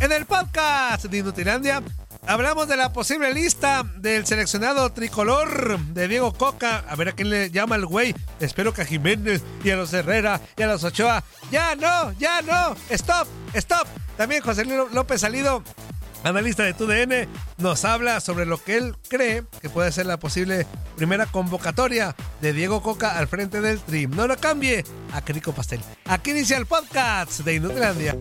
En el podcast de Inutilandia hablamos de la posible lista del seleccionado tricolor de Diego Coca. A ver a quién le llama el güey. Espero que a Jiménez y a los Herrera y a los Ochoa. Ya no, ya no. Stop, stop. También José Ló- López Salido. Analista de TUDN nos habla sobre lo que él cree que puede ser la posible primera convocatoria de Diego Coca al frente del Trim. No lo cambie a Crico Pastel. Aquí inicia el podcast de Inutilandia.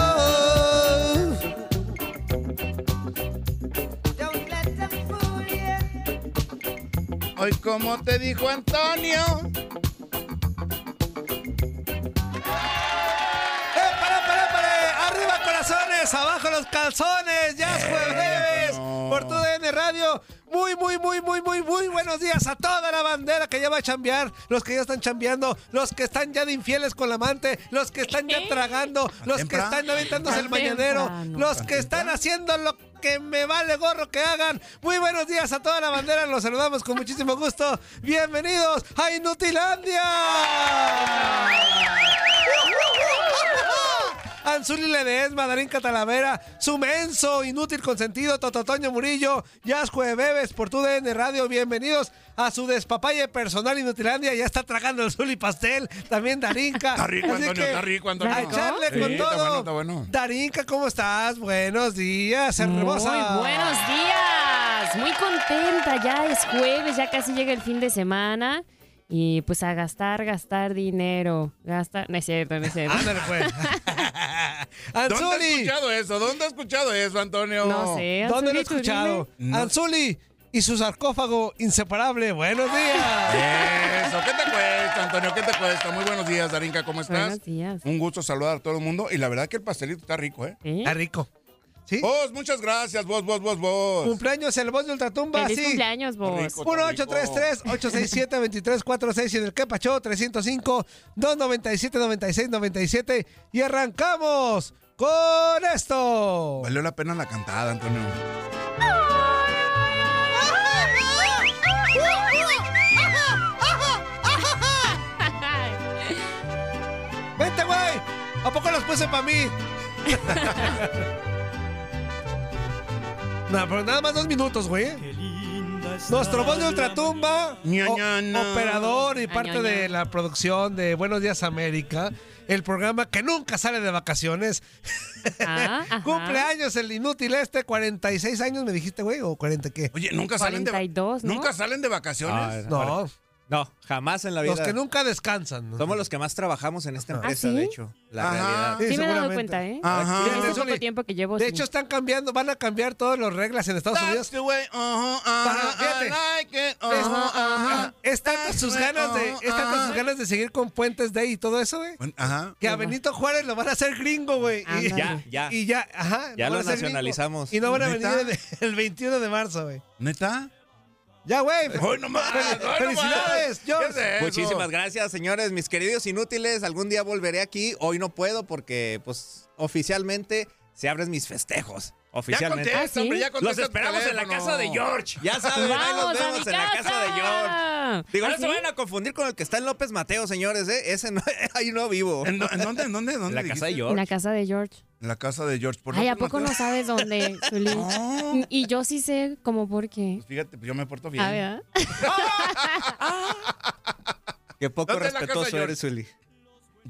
Titilo. Hoy como te dijo Antonio. ¡Eh, para, para, para! ¡Arriba corazones! ¡Abajo los calzones! ¡Ya es jueves! Por tu DN Radio. Muy, muy, muy, muy, muy, muy buenos días a toda la bandera que ya va a chambear, los que ya están chambeando, los que están ya de infieles con la amante, los que están ya tragando, los temprano. que están aventándose el mañanero, los que están haciendo lo que me vale gorro que hagan. Muy buenos días a toda la bandera, los saludamos con muchísimo gusto. Bienvenidos a Inutilandia. Anzuli Ledesma, Darín Catalavera, Sumenso, Inútil Consentido, Tototoño Murillo, Yascue Bebes, por tu DN Radio, bienvenidos a su despapalle personal Inutilandia, ya está tragando el Zuli Pastel, también Darinka. Está rico, Así Antonio, está rico, Antonio. A echarle Sí, con está todo. bueno, está bueno. Darinka, ¿cómo estás? Buenos días, hermosa. Muy buenos días, muy contenta, ya es jueves, ya casi llega el fin de semana y pues a gastar, gastar dinero, gastar, no es cierto, no es cierto. Ándale, pues. ¿Dónde has Anzuli, escuchado eso? ¿Dónde has escuchado eso, Antonio? No sé. ¿dónde lo Anzuli, tú dime. he escuchado? Anzuli y su sarcófago inseparable, buenos días. Eso, ¿qué te cuesta, Antonio? ¿Qué te cuesta? Muy buenos días, Darinka, ¿cómo estás? Buenos días. Un gusto saludar a todo el mundo y la verdad que el pastelito está rico, ¿eh? ¿Sí? Está rico. ¿Sí? Vos, muchas gracias, vos, vos, vos, vos. Cumpleaños el voz de Ultratumba, Feliz sí. cumpleaños vos. Rico. 1-833-867-2346 en el Quepacho 305-297-9697 y arrancamos con esto. Valió la pena la cantada, Antonio. ¡Vente, güey! ¿A poco los puse para mí? no, pero nada más dos minutos, güey. Nuestro voz de Ultratumba, Ña, o- ña, ña. operador y parte ña, ña. de la producción de Buenos Días América, el programa que nunca sale de vacaciones. Ajá, Ah, ajá. Cumpleaños el inútil este, 46 años me dijiste, güey, o 40 qué. Oye, Eh, nunca salen de 42, ¿no? Nunca salen de vacaciones. Ah, No, No, jamás en la vida. los que nunca descansan. Somos los que más trabajamos en esta Ajá. empresa, ¿Ah, sí? de hecho. La Ajá. realidad. Sí, me he dado seguramente. cuenta, ¿eh? Ajá. En este Anzuli, poco tiempo que llevo. De sí. hecho, están cambiando, van a cambiar todas las reglas en Estados That's Unidos. the way, ajá, ajá, Para- fíjate. I like it, ajá, ajá. Es tantas sus That's the way, uh-huh, ganas de, ajá, es tantas ajá. sus ganas de seguir con Puentes Day y todo eso, güey. Bueno, Ajá. Que a Benito Juárez lo van a hacer gringo, güey. Y- Ándale. Ya, ya. Y ya, ajá. Ya van lo a hacer gringo. nacionalizamos. Y no van a ¿Neta? venir el- el 21 de marzo, güey. ¿Neta? Ya, güey. ¡Hoy nomás! Fel- hoy nomás. felicidades, ¿Qué George. es eso? Muchísimas gracias, señores, mis queridos inútiles. Algún día volveré aquí. Hoy no puedo porque, pues, oficialmente se abren mis festejos. Oficialmente. Ya contesta, hombre, ya contesta Los esperamos tu en la teléfono. casa de George. Ya saben, ahí Vamos los a vemos mi en la casa de George. Digo, ¿Ah, no sí? se vayan a confundir con el que está en López Mateo, señores, ¿eh? Ese no, ahí no vivo. ¿En, dó- en dónde? ¿En dónde? ¿En dónde la casa de dijiste? En la casa de George. En la casa de George. Por Ay, ¿a López poco no Mateos. sabes dónde, Zuli? Y yo sí sé como por qué. Fíjate, pues yo me porto bien. Ah, ¿verdad? Qué poco ¿Dónde es la respetuoso casa de eres, Uli.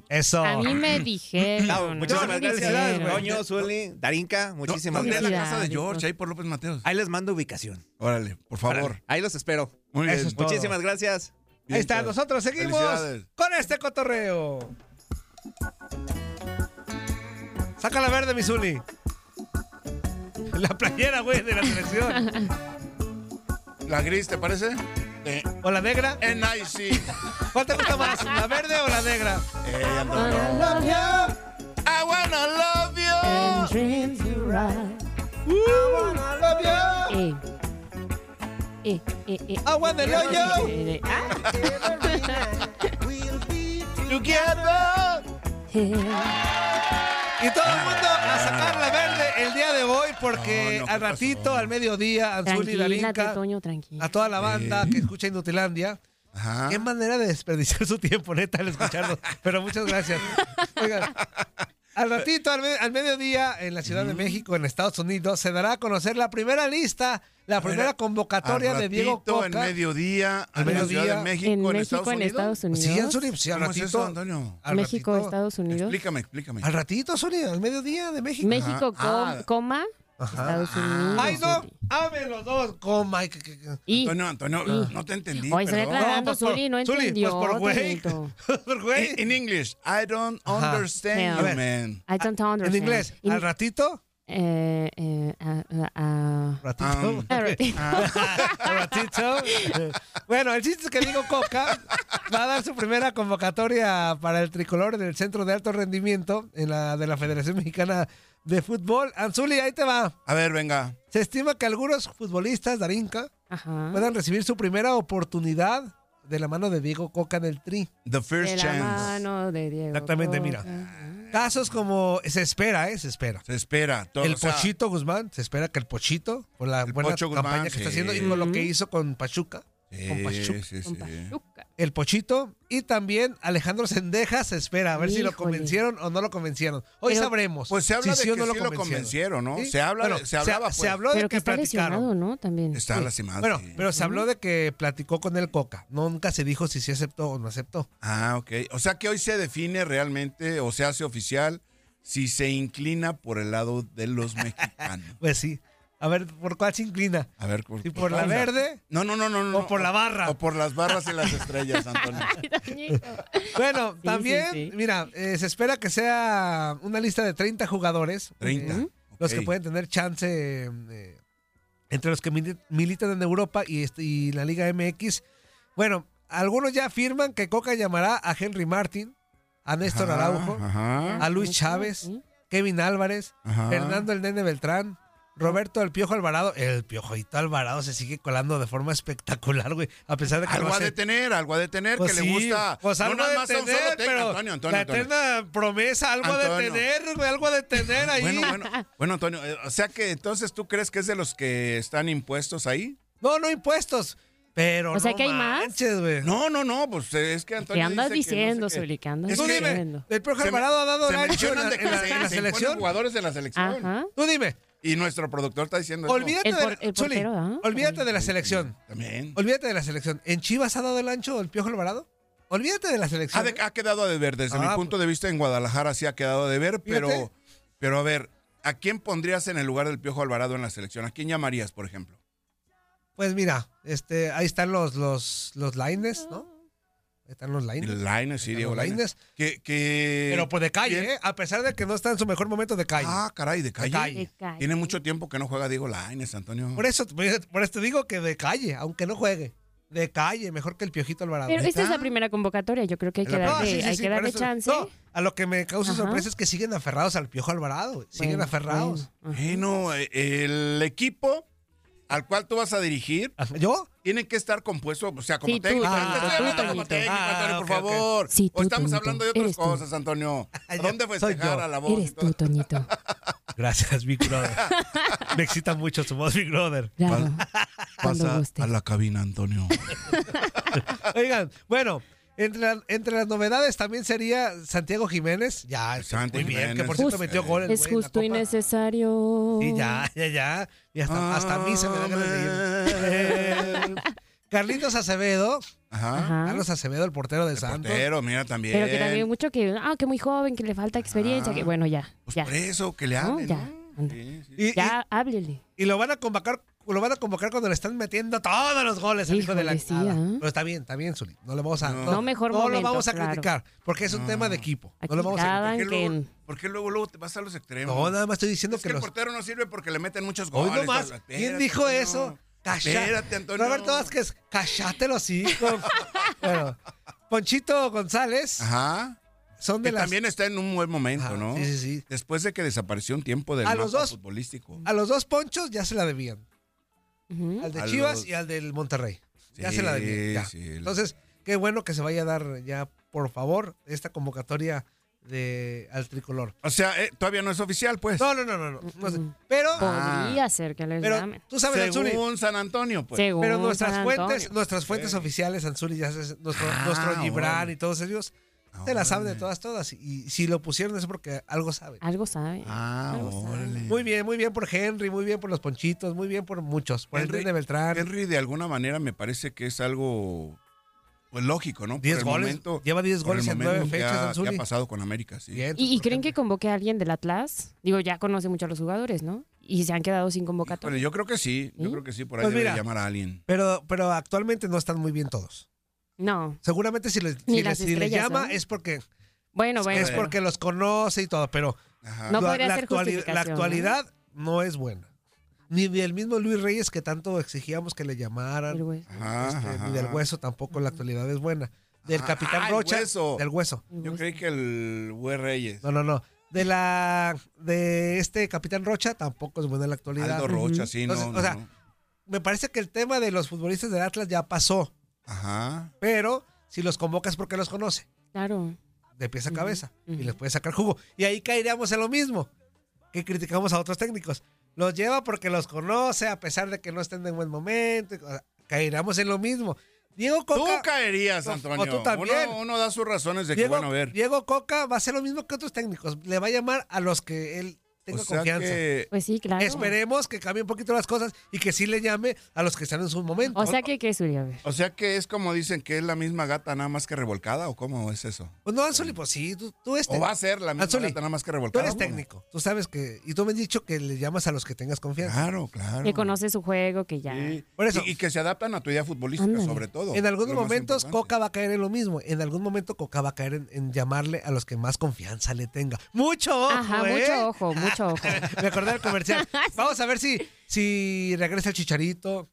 Eso. A mí me dijeron. No, muchísimas Ay, gracias, dijeron. Toño, Zuli, Darinka, muchísimas ¿Dónde es la casa de Felicidades, George? George. Ahí por López Mateos. Ahí les mando ubicación. Órale, por favor. Órale, Ahí los espero. Muy bien. Eso es todo. Muchísimas gracias. Ahí está, nosotros seguimos Felicidades. con este cotorreo. Saca la verde, Misuli. La playera, güey, de la selección. La gris, ¿te parece? Eh, ¿O la negra? en Icy. ¿Cuál te gusta más? ¿La verde o la negra? Eh, I wanna love you. Eh. Eh, eh, eh. ¡Agua del hoyo! Eh, eh, ah. Y todo el mundo a sacar la verde el día de hoy porque No, no, ¿qué al ratito, pasó? al mediodía, Anzuli, Tranquilízate, Darinka, Toño, tranquilo. a toda la banda que escucha Inutilandia. Eh. Ajá. Qué manera de desperdiciar su tiempo, neta, al escucharnos. Pero muchas gracias. Oigan, al ratito, al, me- al mediodía, en la Ciudad de México, en Estados Unidos, se dará a conocer la primera lista, la primera convocatoria Al de Diego ratito, Coca. En mediodía, en la mediodía. Pues Ciudad de México, en en, México, en Estados Unidos. Sí, Anzuli, sí, al ¿Cómo es ratito. eso, Antonio? al México, ratito- Estados Unidos. Explícame, explícame. Al ratito, Anzuli, al mediodía de México. México, Ajá. com- coma, Estados Ah, Unidos. Ay, no, Zuli. amen los dos. Con Mike. que- que- Y, Antonio, Antonio, no te entendí. hoy se ve perdón. aclarando, No, pues por- Zuli, no Zuli, pues entendió. por güey. Toñito. Por güey. In, in English, I don't Ajá. understand A you, ver. man. I don't En understand. inglés, In- al ratito. eh, eh, ah, ah, ah. Ratito. Ah. Um, Al ratito. Un ratito. Bueno, el chiste es que Diego Coca va a dar su primera convocatoria para el tricolor en el Centro de Alto Rendimiento en la, de la Federación Mexicana de Fútbol. Anzuli, ahí te va. A ver, venga. Se estima que algunos futbolistas, Darinka, Ajá. puedan recibir su primera oportunidad de la mano de Diego Coca en el tri. The first De la chance. mano de Diego Exactamente, mira. Coca. Casos como... Se espera, ¿eh? Se espera. Se espera. Todo, El o sea, Pochito Guzmán, se espera que el Pochito, por la El buena Pocho Guzmán, campaña que está sí. haciendo y con lo que Ujú. hizo con Pachuca, con Pachuca. Sí, sí, Con sí. Pachuca. el Pochito y también Alejandro Sendejas se espera a ver si lo Híjole. convencieron o no lo convencieron. Hoy Pero- sabremos. Pues se habla si de sí o que no sí lo convencieron, ¿no? ¿Sí? Se habla, Bueno, de- se hablaba, pues. se habló de Pero que, que está lesionado, platicaron. ¿no? También. Está Sí. lastimado. Bueno, sí. pero se habló de que platicó con el Coca. Nunca se dijo si sí aceptó o no aceptó. Ah, ok. O sea que hoy se define realmente o se hace oficial si se inclina por el lado de los mexicanos. Pues sí. A ver, ¿por cuál se inclina? A ver, por, Si por la verde. No, no, no, no, no. O por la barra. O por las barras y las estrellas, Antonio. Bueno, sí, también, sí. mira, eh, se espera que sea una lista de 30 jugadores. 30. eh, Los que ok. pueden tener chance eh, entre los que mili- militan en Europa y, este- y la Liga MX. Bueno, algunos ya afirman que Coca llamará a Henry Martin, a Néstor Ajá, Araujo, Ajá. a Luis Chávez, Kevin Álvarez, ajá. Fernando el Nene Beltrán, Roberto el Piojo Alvarado. El Piojito Alvarado se sigue colando de forma espectacular, güey, a pesar de que Algo no a hace- detener, algo a detener Pues que sí, le gusta. Pues no algo nada de más a un solo tener, tec- pero Antonio, Antonio, la Antonio. eterna promesa, algo a Antonio. detener, güey, algo a detener ahí. Bueno, bueno, bueno, Antonio, eh, o sea que entonces tú crees que es de los que están impuestos ahí? No, no impuestos. Pero O sea no que hay más. manches, güey. No, no, no, pues eh, es que ¿Qué Antonio. andas dice que diciendo, no sé qué. Zuli? ¿Qué andas Es Tú que- dime, diciendo? el Piojo Se me- Alvarado ha dado se gancho en mencionan la, de en que la- se- en la se imponen selección. jugadores de la selección. Ajá. Tú dime, Y nuestro productor está diciendo eso. olvídate, El por- de, el Zuli, portero, ¿ah? olvídate de la selección. También. Olvídate de la selección. ¿En Chivas ha dado el ancho el Piojo Alvarado? Olvídate de la selección. Ha, Ah, de- ha quedado a deber, desde Ah, mi punto de vista en Guadalajara sí ha quedado a deber, pero, Fíjate. pero a ver, ¿a quién pondrías en el lugar del Piojo Alvarado en la selección? ¿A quién llamarías, por ejemplo? Pues mira, este, ahí están los, los, los lines, ¿no? Ahí están los lines. Lainez, sí, Diego los Lainez. Lainez. Que, que- Pero pues de calle, ¿Quién? ¿eh? A pesar de que no está en su mejor momento de calle. Ah, caray, de calle. calle. Tiene mucho tiempo que no juega Diego Lainez, Antonio. Por eso, por eso te digo que de calle, aunque no juegue. De calle, mejor que el Piojito Alvarado. Pero esta es ¿Está? la primera convocatoria. Yo creo que hay que La- No, darle, sí, sí, hay sí, que por darle eso- chance. no, a lo que me causa Ajá. sorpresa es que siguen aferrados al Piojo Alvarado. güey. Siguen Bueno, aferrados. bueno, ajá. Bueno, eh, el equipo al cual tú vas a dirigir Ajá. ¿Yo? tiene que estar compuesto, o sea, como Sí, tú, técnico. Toñito, Ah, estoy tú, hablando como Toñito. técnico, Ah, Antonio, por ok, ok. favor. Sí, O tú, estamos Toñito. hablando de otras Eres tú. cosas, Antonio. ¿A Ay, yo- ¿Dónde soy festejar yo. a la voz? y Eres todo? tú, Toñito. Gracias, Big Brother. Me excita mucho su voz, Big Brother. Claro. Pasa a la cabina, Antonio. Oigan, bueno, entre, la- entre las novedades también sería Santiago Jiménez. Ya, Santi muy bien, que Jiménez, por cierto eh, metió gol. el Es güey en la justo y Copa. necesario. Y ya, ya, ya. Y hasta, hasta a mí se me da ganas de ir. Eh, Carlitos Acevedo. Ajá. Ajá. Carlos Acevedo, el portero de Santos. Portero, mira también. Pero que también mucho que, ah, que muy joven, que le falta Ah. experiencia, que bueno, ya, Pues ya, por eso, que le No, hablen. ya. ¿no? Sí, sí. Y, y- ya, háblele. y lo van a convocar. Lo van a convocar cuando le están metiendo todos los goles al hijo de la Híjole, sí, nada. ¿ah? Pero está bien, está bien, Zuli. No le vamos a. No. No, mejor no momento, lo vamos a claro. criticar. Porque es un tema de equipo. Aquí no lo vamos a cada- ¿Por qué, Banquen. luego, por qué luego, luego te vas a los extremos? No, nada más estoy diciendo Es que, el los. portero no sirve porque le meten muchos Hoy goles. nomás. Espérate, ¿Quién dijo Antonio. eso? Calla- Espérate, Antonio. Roberto Vázquez, callátelo así. bueno, Ponchito González Ajá. son de Que las. también está en un buen momento, Ajá, ¿no? Sí, sí, sí. Después de que desapareció un tiempo del A mapa los dos. futbolístico. A los dos ponchos ya se la debían. Ujú. Al de A Chivas los- y al del Monterrey. Ya Sí, se la debían. ya. sí. Entonces, qué bueno que se vaya a dar ya, por favor, esta convocatoria de al tricolor. O sea, eh, todavía no es oficial, pues. No, no, no, no. no, no sé. Pero, Ah. Podría ser que les pero llamen. tú sabes, Anzuli. Según San Antonio, pues. Según Pero San nuestras Antonio. fuentes, nuestras fuentes Sí. oficiales, Anzuli, ya sabes, nuestro, Ah, nuestro Gibran órale. y todos ellos, se la saben de Órale. todas, todas. Y, si lo pusieron es porque algo saben. Algo sabe. Ah, Algo sabe. órale. Muy bien, muy bien por Henry, muy bien por los ponchitos, muy bien por muchos. Por Henry- el de Pues, Beltrán. Henry, de alguna manera, me parece que es algo pues, lógico, ¿no? Por 10 el goles. momento- Lleva 10 por el goles en momento 9 que fechas, ha- que ha Anzuli. pasado con América, sí. Bien, ¿Y, y por creen que Henry. convoque a alguien del Atlas? Digo, ya conoce mucho a los jugadores, ¿no? Y se han quedado sin Bueno, convocatoria. yo creo que sí, yo ¿Sí? creo que sí, por ahí Pues debe mira. llamar a alguien. Pero, pero actualmente no están muy bien todos. No. Seguramente si les, Ni si las les- si les estrellas, llama ¿no? es porque Bueno, bueno. es pero- porque los conoce y todo, pero Ajá. No la, podría la ser actuali- la justificación, ¿eh? ¿no? actualidad no es buena. Ni del mismo Luis Reyes que tanto exigíamos que le llamaran, el güey- Ajá, este, ajá. ni del hueso tampoco la actualidad es buena. Del Ah, capitán el Rocha, Hueso. del hueso. el Yo güey- creí que el güey Reyes. No, no, no. De la de este capitán Rocha tampoco es buena la actualidad. Aldo Rocha, sí, no, Entonces, no, o sea, no. Me parece que el tema de los futbolistas del Atlas ya pasó, Ajá. pero si los convocas porque los conoce. Claro. de pies a Ujú, cabeza y ujú. les puede sacar jugo. Y ahí caeríamos en lo mismo que criticamos a otros técnicos. Los lleva porque los conoce, a pesar de que no estén en buen momento. y cosas. Caeríamos en lo mismo. Diego Tú Coca, caerías, O- o Antonio. tú también. Uno, uno da sus razones de que, Diego, bueno, a ver. Diego Coca va a hacer lo mismo que otros técnicos. Le va a llamar a los que él O tenga sea confianza. que- Pues sí, claro. Esperemos que cambie un poquito las cosas y que sí le llame a los que están en su momento. O sea que, ¿qué sería? A ver. o sea que es como dicen que es la misma gata nada más que revolcada, ¿o cómo es eso? Pues no, Anzuli, pues sí, tú, tú eres ¿O va a ser la misma Anzuli, gata nada más que tú revolcada? eres ¿o no? técnico. Tú sabes que... Y tú me has dicho que le llamas a los que tengas confianza. Claro, claro. Que conoce su juego, que ya. Sí. Por eso. Y, y que se adaptan a tu idea futbolística, Ándale. sobre todo. En algunos Es lo más momentos importante. Coca va a caer en lo mismo. En algún momento Coca va a caer en, en llamarle a los que más confianza le tenga. Mucho ojo, Ajá, ¿eh? mucho ojo, mucho ojo. Me acordé del comercial. Vamos a ver si, si regresa el Chicharito,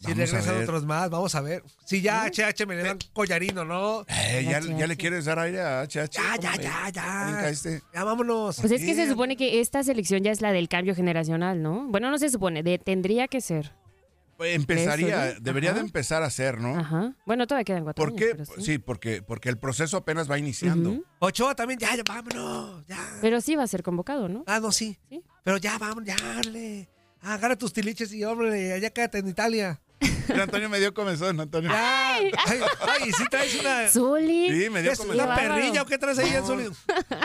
si Vamos a regresan ver. otros más. Vamos a ver. Si ya HH me le dan collarino, ¿no? Eh, ya, HH. ya le quieres dar aire a HH. Ya, ¿cómo ya, ve? ya, ya. Brinca este. Ya vámonos. Pues es que se Sí. supone que esta selección ya es la del cambio generacional, ¿no? Bueno, no se supone, de- tendría que ser. Empezaría, Eso, ¿no? debería de Pues, ¿eh? Ajá. empezar a hacer, ¿no? Ajá. Bueno, todavía quedan cuatro ¿Por años, qué? pero sí. Sí, porque, porque el proceso apenas va iniciando. Ujú. Ochoa también, ya, ya, vámonos. Ya. Pero sí va a ser convocado, ¿no? Ah, no, sí. Sí. Pero ya, vámonos, ya, dale. Agarra tus tiliches y, hombre, allá quédate en Italia. Mira, Antonio me dio comezón, Antonio. Ay, ay, sí traes una... Zuli. Sí, me dio ¿Es una comezón. bárbaro. perrilla o qué traes ahí, No. Anzuli? No,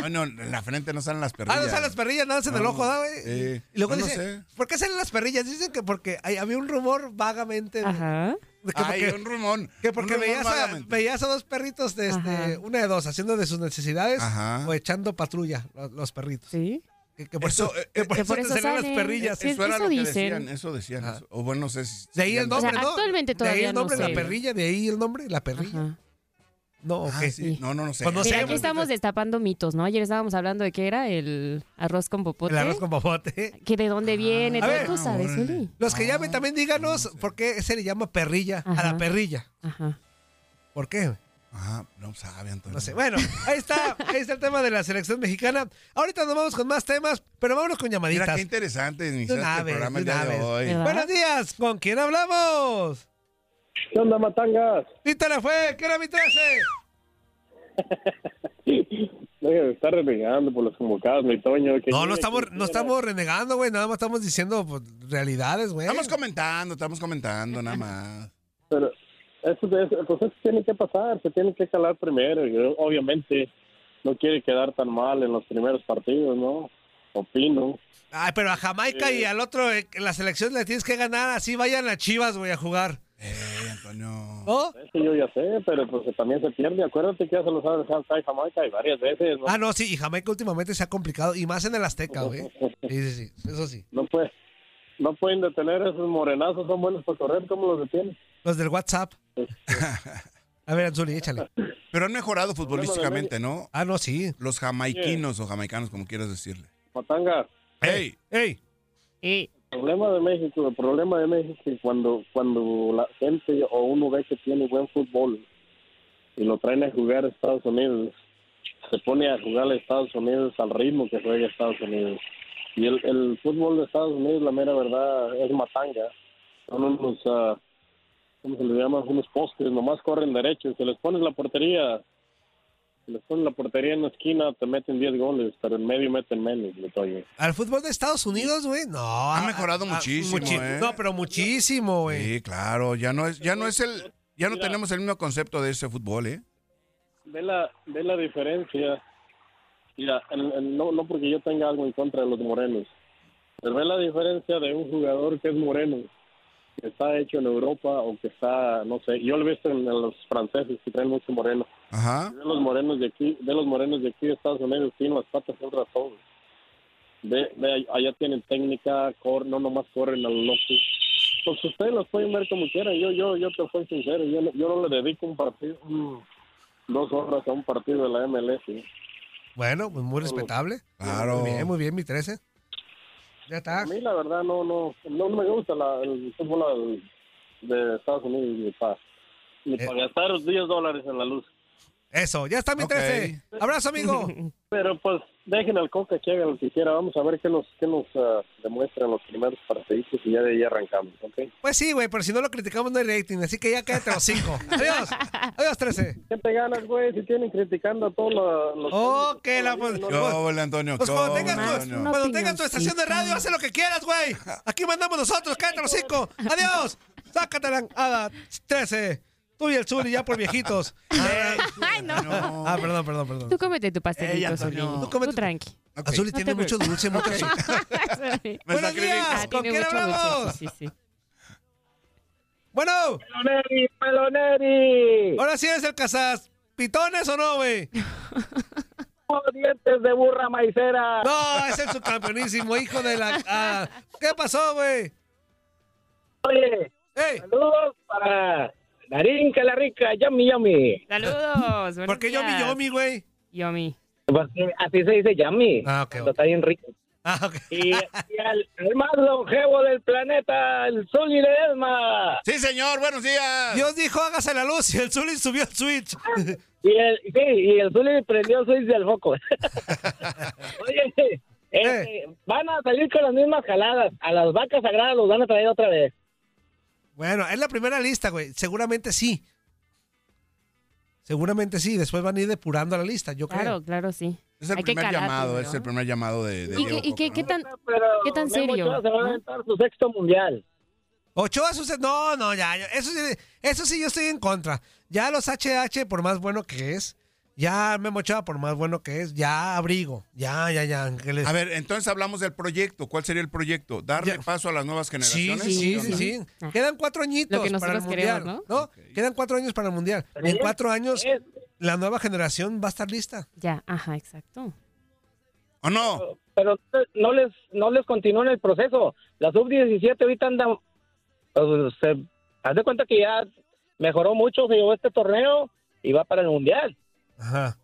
Ah, no, en la frente no salen las Ah, perrillas. no salen las perrillas, nada más en el No, ojo, ¿da, güey? eh, y luego no, no dice, sé. ¿por qué salen las perrillas? Dicen que porque hay- había un rumor vagamente de, Ajá. de que Ay, porque, un rumón. que porque un rumor veías, a, vagamente. veías a dos perritos, de este, Ajá. una de dos, haciendo de sus necesidades Ajá. o echando patrulla los, los perritos. Sí. Que, que por Eso, eso, eh, que por que eso por te eso salen las salen. perrillas. Sí. Eso era Eso lo que dicen. decían, eso decían. Ajá. O bueno, no sé si... De ahí el O sea, nombre, ¿no? actualmente De ahí todavía el nombre, no la sé. perrilla, de ahí el nombre, la perrilla. Ajá. No, Ah, ok. sí. No, no, no sé. Pues no sé, Mira, aquí pues, estamos destapando mitos, ¿no? Ayer estábamos hablando de que era el arroz con popote. El arroz con popote. Que de dónde viene, A todo ver. tú sabes, Órale. Zuli. Los que Ah, llamen también díganos por qué se le llama perrilla a la Ajá. perrilla. Ajá. ¿Por qué? Ajá, Ah, no sabe, Antonio. No sé. Bueno, ahí está, ahí está el tema de la selección mexicana. Ahorita nos vamos con más temas, pero vámonos con Mira, llamaditas. qué interesante De iniciaste una el vez, programa el de día una de vez. hoy. ¿Verdad? Buenos días, ¿con quién hablamos? ¿Qué onda, Matangas? Tita la fue, ¿qué era mi 13? Deja de estar renegando por los convocados, mi Toño. que No, no llegue estamos, quien no quiera. estamos renegando, güey. Nada más estamos diciendo pues, realidades, güey. Estamos comentando, estamos comentando, nada más. Pero eso, de- eso- pues eso tiene que pasar, se tiene que calar primero. y obviamente no quiere quedar tan mal en los primeros partidos, ¿no? Opino. Ay, pero a Jamaica y al otro, eh, la selección le tienes que ganar. Así vayan las chivas, güey, a jugar. ¿Oh? Eso yo ya sé, pero pues también se pierde. Acuérdate que ya se los ha dejado caer Jamaica y varias veces, ¿no? Ah, no, sí. Y Jamaica últimamente se ha complicado. Y más en el Azteca, güey. Sí, sí, sí. Eso sí. No, puede, no pueden detener a esos morenazos, son buenos para correr, ¿cómo los detienen? Los del WhatsApp. A ver, Anzuli, échale. Pero han mejorado futbolísticamente, ¿no? Ah, no, sí. Los jamaiquinos o jamaicanos, como quieras decirle. Matanga. ¡Ey! ¡Ey! El problema de México, el problema de México es que cuando, cuando la gente o uno ve que tiene buen fútbol y lo traen a jugar a Estados Unidos, se pone a jugar a Estados Unidos al ritmo que juega Estados Unidos. Y el, el fútbol de Estados Unidos, la mera verdad, es matanga. Son unos, ah, ¿cómo se les llama? Unos postes, nomás corren derecho. Se les pones la portería, se les pones la portería en la esquina, te meten 10 goles, pero en medio meten menos, le toque. Al fútbol de Estados Unidos, güey, no. Ah, Ha mejorado muchísimo, ¿eh? No, pero muchísimo, güey. Sí, claro, ya no es, ya no es el, ya no tenemos el mismo concepto de ese fútbol, ¿eh? ve la, ve la diferencia. Mira, en- en- no, no porque yo tenga algo en contra de los morenos, pero ve la diferencia de un jugador que es moreno, que está hecho en Europa o que está, no sé, yo lo he visto en, en los franceses que traen mucho moreno. Ajá. Y Ve los morenos de aquí, ve los morenos de aquí de Estados Unidos, tienen las patas contra todo. Ve, ve, all- allá tienen técnica, cor, no nomás corren al loco. Pues ustedes los pueden ver como quieran. Yo, yo, yo te soy sincero, yo, no- yo no le dedico un partido, mm, dos horas a un partido de la MLS. Bueno, pues muy respetable. Claro. Muy bien, muy bien, mi 13. Ya está. A mí la verdad no, no, no me gusta la, el fútbol al- de Estados Unidos ni para, ni para gastar 10 dólares en la luz. Eh. Eso, ya está mi 13. Abrazo, amigo. Pero pues dejen al Coca que haga lo que quiera. Vamos a ver qué nos, qué nos ah, demuestran los primeros partidos y ya de ahí arrancamos, ¿ok? Pues sí, güey, pero si no lo criticamos no hay rating, así que ya cállate los cinco. Adiós. Adiós, 13. ¿Qué te ganas, güey? Si tienen criticando a todos los... los Oh, que la... Pues, ¿Qué óvole, Antonio? pues ¿Qué cuando óvole, tengas, tu, Antonio? cuando tengas tu estación de radio, haz lo que quieras, güey. Aquí mandamos nosotros, cállate los cinco. Adiós. Sácatela, Ada 13. Tú y el sur y ya por viejitos. Ay, no. Ah, perdón, perdón, perdón. Tú cómete tu pastelito, Solín. Tú tranqui. Azuli No tiene te mucho dulce, mucho Me Buenos días, Ah, ¿con tiene quién mucho dulce, hablamos? sí, sí, sí. Bueno. Peloneri, Peloneri. Ahora sí eres el cazas. ¿Pitones o no, güey? Oh, dientes de burra maicera. No, es el subcampeonísimo, hijo de la... ah, ¿Qué pasó, güey? Oye, saludos para Darín, que Ah, la rica, yummy, yummy. Saludos. ¿Por qué Yomi Yomi, güey? Yomi. Porque así se dice yummy. Ah, Está bien rico. Ah, Y, y al, al más longevo del planeta, el Sol y Ledesma. Sí, señor, buenos días. Dios dijo, hágase la luz y el Zully subió el Switch. Ah, Y el, sí, y el Zuli prendió el switch del Eh. foco. Oye, este, van a salir con las mismas jaladas. A las vacas sagradas los van a traer otra vez. Bueno, es la primera lista, güey. Seguramente sí. Seguramente sí. Después van a ir depurando la lista, yo creo. Claro, claro, sí. Es el Hay que primer calarte, llamado, es ¿no? el primer llamado de, de ¿Y, Diego qué, y Coca, qué, qué ¿no? tan, Pues qué tan serio? ¿no? su sexto mundial. Ochoa su se- No, no, ya. ya, Eso sí, eso sí, yo estoy en contra. Ya los HH, por más bueno que es. Ya Memo Ochoa, por más bueno que es. Ya abrigo. Ya, ya, ya, Ángeles. A ver, entonces hablamos del proyecto. ¿Cuál sería el proyecto? ¿Darle paso a las nuevas Sí, generaciones? sí, sí, sí, ¿Qué sí. onda? Ah. Quedan cuatro añitos Lo que para el nosotros queremos, mundial. ¿no? Quedan cuatro años para el mundial. En cuatro años, la nueva generación va a estar lista. Ya, ajá, exacto. ¿O no? Pero no les, no les continúan el proceso. La sub-17 ahorita andan. pues, se, haz de cuenta que ya mejoró mucho, se llevó este torneo y va para el mundial. Ajá.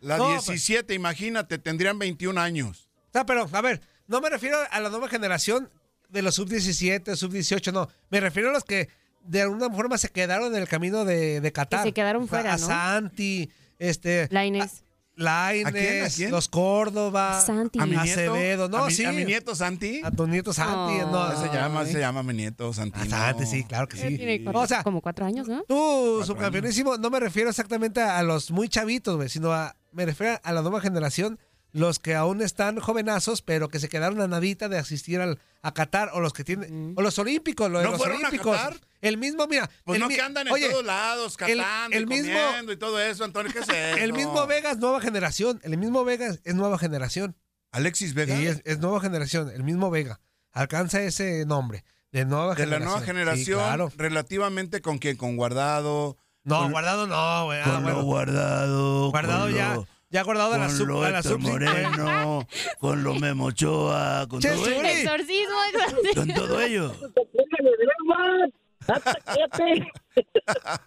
La No, pues- 17, imagínate, tendrían 21 años. No, pero, a ver, no me refiero a la nueva generación de los sub-17, sub-18, no. Me refiero a los que de alguna forma se quedaron en el camino de, de Qatar. Que se quedaron O sea, fuera, a ¿no? Santi, este... Laines. ¿A quién, a quién? los Córdoba, Santi. ¿A mi nieto? Acevedo, ¿A no, mi- sí. a mi nieto Santi? A tu nieto Santi, Oh. no. Ah, Se llama, se llama mi nieto Santino. Santi, sí, claro que sí. Tiene cuatro- O sea, como cuatro años, ¿no? tú, subcampeonísimo, no me refiero exactamente a los muy chavitos, güey, sino a me refiero a la nueva generación, los que aún están jovenazos, pero que se quedaron a nadita de asistir al, a Qatar, o los que tienen, Mm. o los olímpicos, lo de ¿No los fueron a olímpicos. Qatar? El mismo, mira. Pues el no mi- que andan en oye, todos lados, el- cantando el y mismo- comiendo y todo eso, Antonio, ¿qué es eso? El mismo Vegas, nueva generación. El mismo Vegas es nueva generación. Alexis Vega. Sí, es, es nueva generación. El mismo Vega. Alcanza ese nombre. De nueva de la generación. nueva Sí, generación, claro. relativamente con quién, con Guardado. No, con- guardado no, güey. Ah, con bueno. lo guardado. Guardado con ya- lo- ya guardado a la con sub- lo a la Héctor sub- Moreno, con lo Memochoa, con Che, todo Zuli. ello. Exorcismo, Con todo ello.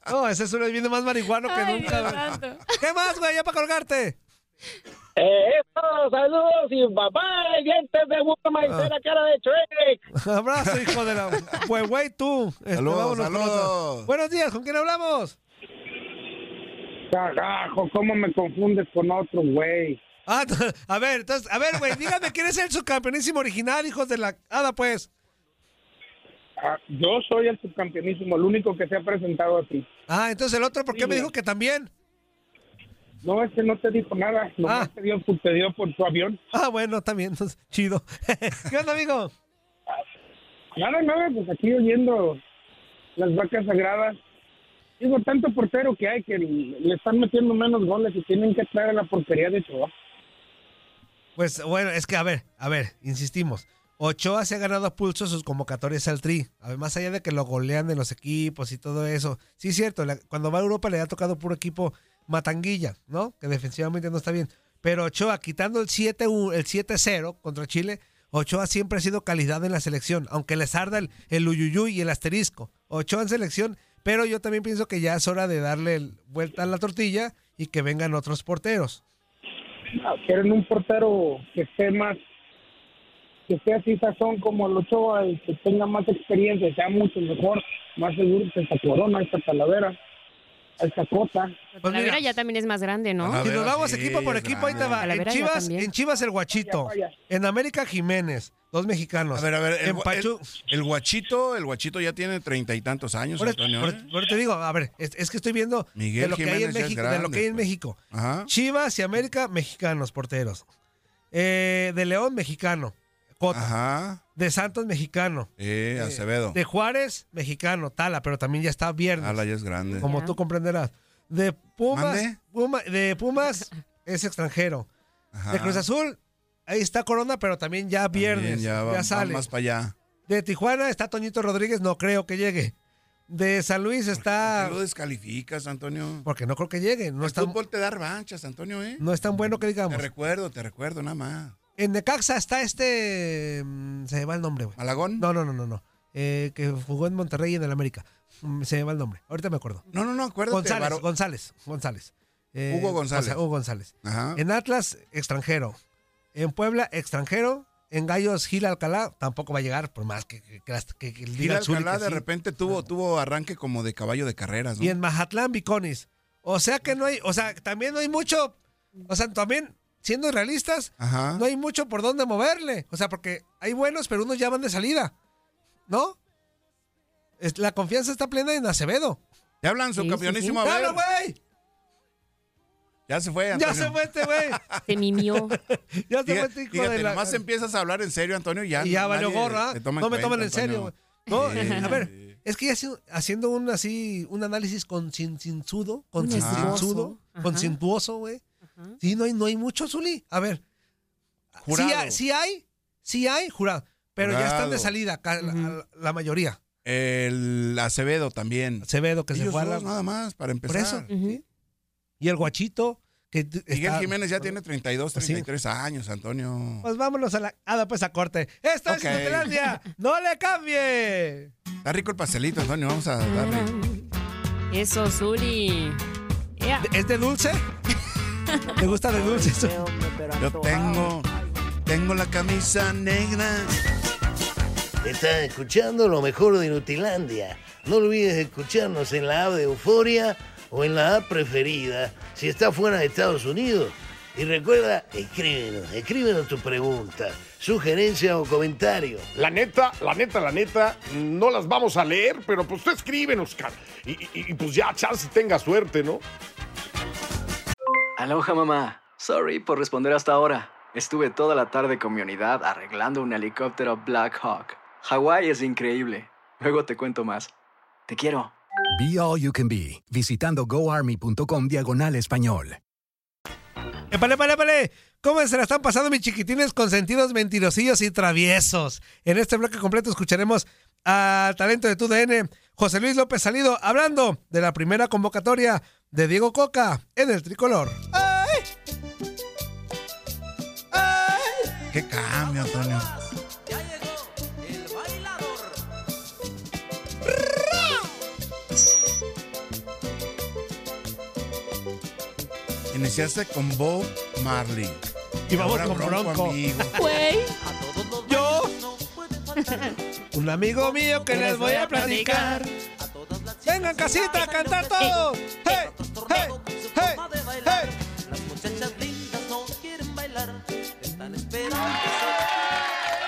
No, ese es uno viene más marihuano que nunca. güey. ¿Qué más, güey? Ya para colgarte. Eh, eso, saludos y papá, dientes de burro, Ah. maicena, cara de Shrek. Abrazo, hijo de la. Pues, güey, tú. Este, Saludos, vámonos con saludos. otra. Buenos días, ¿con quién hablamos? Carajo, ¿cómo me confundes con otro, güey? Ah, t- a ver, entonces, a ver, güey, dígame quién es el subcampeonísimo original, hijos de la. Ada, pues. Ah, Yo soy el subcampeonísimo, el único que se ha presentado aquí. Ah, entonces el otro, ¿por qué me dijo que también? No, es que no te dijo nada. Nomás te, dio, te dio por tu avión. Ah, bueno, está bien, entonces, chido. ¿Qué onda, amigo? Nada, nada, pues aquí oyendo las vacas sagradas. Digo, tanto portero que hay que le están metiendo menos goles y tienen que traer a la portería de Ochoa. Pues bueno, es que a ver, a ver, insistimos. Ochoa se ha ganado a pulso sus convocatorias al Tri. A ver, más allá de que lo golean en los equipos y todo eso. Sí, es cierto, la- cuando va a Europa le ha tocado puro equipo Matanguilla, ¿no? Que defensivamente no está bien. Pero Ochoa, quitando el 7-1 el 7-0 contra Chile, Ochoa siempre ha sido calidad en la selección, aunque les arda el, el uyuyuy y el asterisco. Ochoa en selección, pero yo también pienso que ya es hora de darle el- vuelta a la tortilla y que vengan otros porteros. Ah, Quieren un portero que esté más, que esté así sazón como el Ochoa y que tenga más experiencia, sea mucho mejor, más seguro que esta corona, esta talavera, esta cota. La vera ya también es más grande, ¿no? Si nos vamos equipo por equipo, ahí te va. En Talavera ya Chivas, también. en Chivas el Guachito. En América Jiménez, dos mexicanos. A ver, a ver, el, En gua- Pachu- el- el guachito, el guachito ya tiene treinta y tantos años, Por, Antonio. por- ¿eh? por- te digo, a ver, es, es que estoy viendo Miguel de lo que hay en Jiménez ya es México. de lo grande, pues. que hay en México. Ajá. Chivas y América, mexicanos, porteros. Eh, de León, mexicano. Cota. De Santos, mexicano. Eh, Acevedo. De Juárez, mexicano, Tala, pero también ya está viernes. Ala ya es grande. Como tú comprenderás. De Pumas, ¿Mande? Puma- de Pumas es extranjero. Ajá. De Cruz Azul, ahí está Corona, pero también ya viernes. Bien, ya ya, va- va sale. más para allá. De Tijuana está Toñito Rodríguez, no creo que llegue. De San Luis está. ¿Por qué lo descalificas, Antonio? Porque no creo que llegue. No, es tan, Fútbol te da revanchas, Antonio, ¿eh? no es tan bueno que digamos. Te recuerdo, te recuerdo, nada más. En Necaxa está este. mm, Se me va el nombre, güey. ¿Alagón? No, no, no, no. no. Eh, que jugó en Monterrey y en el América. Mm, Se me va el nombre. Ahorita me acuerdo. No, no, no, acuérdate. González, Varo- González, González. Eh, Hugo González. Gonza- Hugo González. Ajá. En Atlas, extranjero. En Puebla, extranjero. En Gallos, Gil Alcalá, tampoco va a llegar, por más que, que, que las- que- que Gil diga el Zuli Alcalá que de sí. Ah. repente tuvo, tuvo arranque como de caballo de carreras, ¿no? Y en Mazatlán, Biconis. O sea que no hay, o sea, también no hay mucho, o sea, también, siendo realistas, Ajá. no hay mucho por dónde moverle. O sea, porque hay buenos, pero unos ya van de salida. ¿No? Es- La confianza está plena en Acevedo. Te hablan, su campeonísimo, a ver. ¡Claro, güey! Ya se fue, Antonio. Ya se fue este güey. Se mimió. Ya se fue Fíjate, este hijo fíjate, de la... nomás empiezas a hablar en serio, Antonio, ya. y ya nadie valió gorra. te No toma me toman cuenta, en serio. güey. Antonio. No, Sí. eh, a ver, es que ya haci- haciendo un así, un análisis concienzudo, concienzudo, Ajá. concienzuoso, güey. Sí, no hay, no hay mucho, Zuli. A ver, sí, Jurado. hay- sí hay, sí hay jurado, pero ya están de Jurado. salida ca- la, la mayoría. El Acevedo también. Acevedo que se Ellos fue a la- dos nada más, para empezar. eso. Y el guachito que t- Miguel está- Jiménez ya tiene 32, 33 años, Antonio. Pues vámonos a la... Ah, no, pues a corte. Esto Ok. es Inutilandia. ¡No le cambie! Está rico el pastelito, Antonio, vamos a darle. Eso, Zuli. Ea. ¿Es de dulce? ¿Te gusta de dulce? Yo tengo, tengo la camisa negra. Estás escuchando lo mejor de Nutilandia. No olvides escucharnos en la app de Euforia o en la app preferida si estás fuera de Estados Unidos. Y recuerda, escríbenos, escríbenos tu pregunta, sugerencia o comentario. La neta, la neta, la neta, no las vamos a leer, pero pues tú escríbenos, Oscar. Y, y- y, pues ya, chance tenga suerte, ¿no? Aloha mamá. Sorry por responder hasta ahora. Estuve toda la tarde con mi unidad arreglando un helicóptero Black Hawk. Hawái es increíble. Luego te cuento más. Te quiero. Be All You Can Be, visitando goarmy.com diagonal español. ¡Épale, épale, épale! ¿Cómo se la están pasando mis chiquitines consentidos, mentirosillos y traviesos? En este bloque completo escucharemos al talento de TUDN, José Luis López Salido, hablando de la primera convocatoria de Diego Coca en el tricolor. ¡Qué cambio, Antonio! Iniciaste con Bob Marley. Y vamos Ahora con Bronco. Amigo. Güey. Yo, un amigo mío que les voy a platicar. Vengan casita a cantar todos. ¡Hey! ¡Hey! ¡Hey! ¡Hey!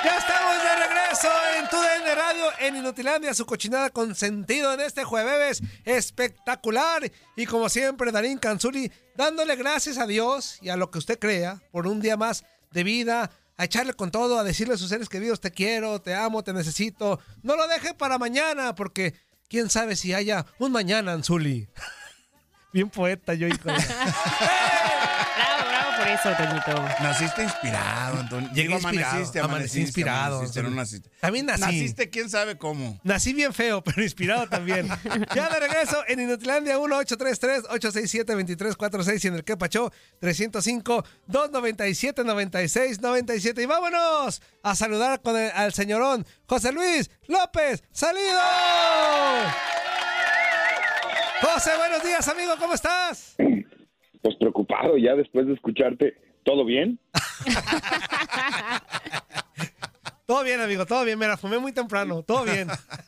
Ya estamos de regreso en TUDN Radio, en Inutilandia, su cochinada con sentido en este jueves espectacular. Y como siempre, Darín Canzuri dándole gracias a Dios y a lo que usted crea por un día más de vida, a echarle con todo, a decirle a sus seres queridos, te quiero, te amo, te necesito. No lo deje para mañana, porque quién sabe si haya un mañana, Anzuli. Bien poeta yo, hijo. Bravo, bravo por eso, Toñito. Naciste inspirado, Antonio. Llegué Digo, inspirado, amaneciste, amanecí amaneciste, inspirado, amaneciste, Antonio. no naciste. También nací. Naciste quién sabe cómo. Nací bien feo, pero inspirado también. ya de regreso en Inutilandia 1-833-867-2346 y en el Quepacho 305-297-9697. Y vámonos a saludar con el- al señorón José Luis López Salido. José, buenos días, amigo, ¿cómo estás? Pues preocupado ya después de escucharte. ¿Todo bien? Todo bien, amigo, todo bien. Me la fumé muy temprano, todo bien. Ok, ok,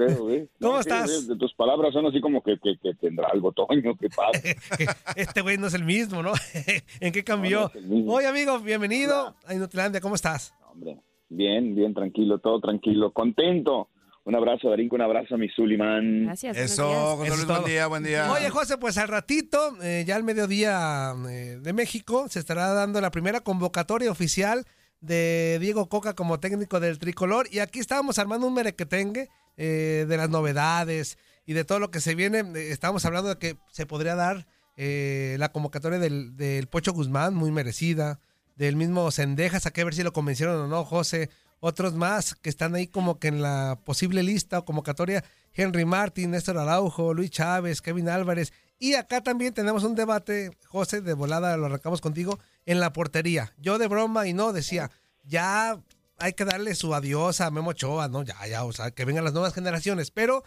ok. ¿Cómo Ok, estás? ok. Tus palabras son así como que, que- que tendrá algo, Toño, que pasa. Este güey no es el mismo, ¿no? ¿En qué cambió? el mismo. Oye, amigo, bienvenido a Inutilandia, ¿cómo estás? Hombre, bien, bien, tranquilo, todo tranquilo, contento. Un abrazo, Darinco, un abrazo a mi Suliman. Gracias. Eso, José Luis, buen día, buen día. Oye, José, pues al ratito, eh, ya al mediodía eh, de México, se estará dando la primera convocatoria oficial de Diego Coca como técnico del tricolor. Y aquí estábamos armando un merequetengue eh, de las novedades y de todo lo que se viene. Eh, Estábamos hablando de que se podría dar eh, la convocatoria del, del Pocho Guzmán, muy merecida, del mismo Sendejas, a que ver si lo convencieron o no, José. Otros más que están ahí como que en la posible lista o convocatoria, Henry Martin, Néstor Araujo, Luis Chávez, Kevin Álvarez. Y acá también tenemos un debate, José, de volada lo arrancamos contigo, en la portería. Yo de broma y no decía, ya hay que darle su adiós a Memo Ochoa, ¿no? Ya, ya, o sea, que vengan las nuevas generaciones. Pero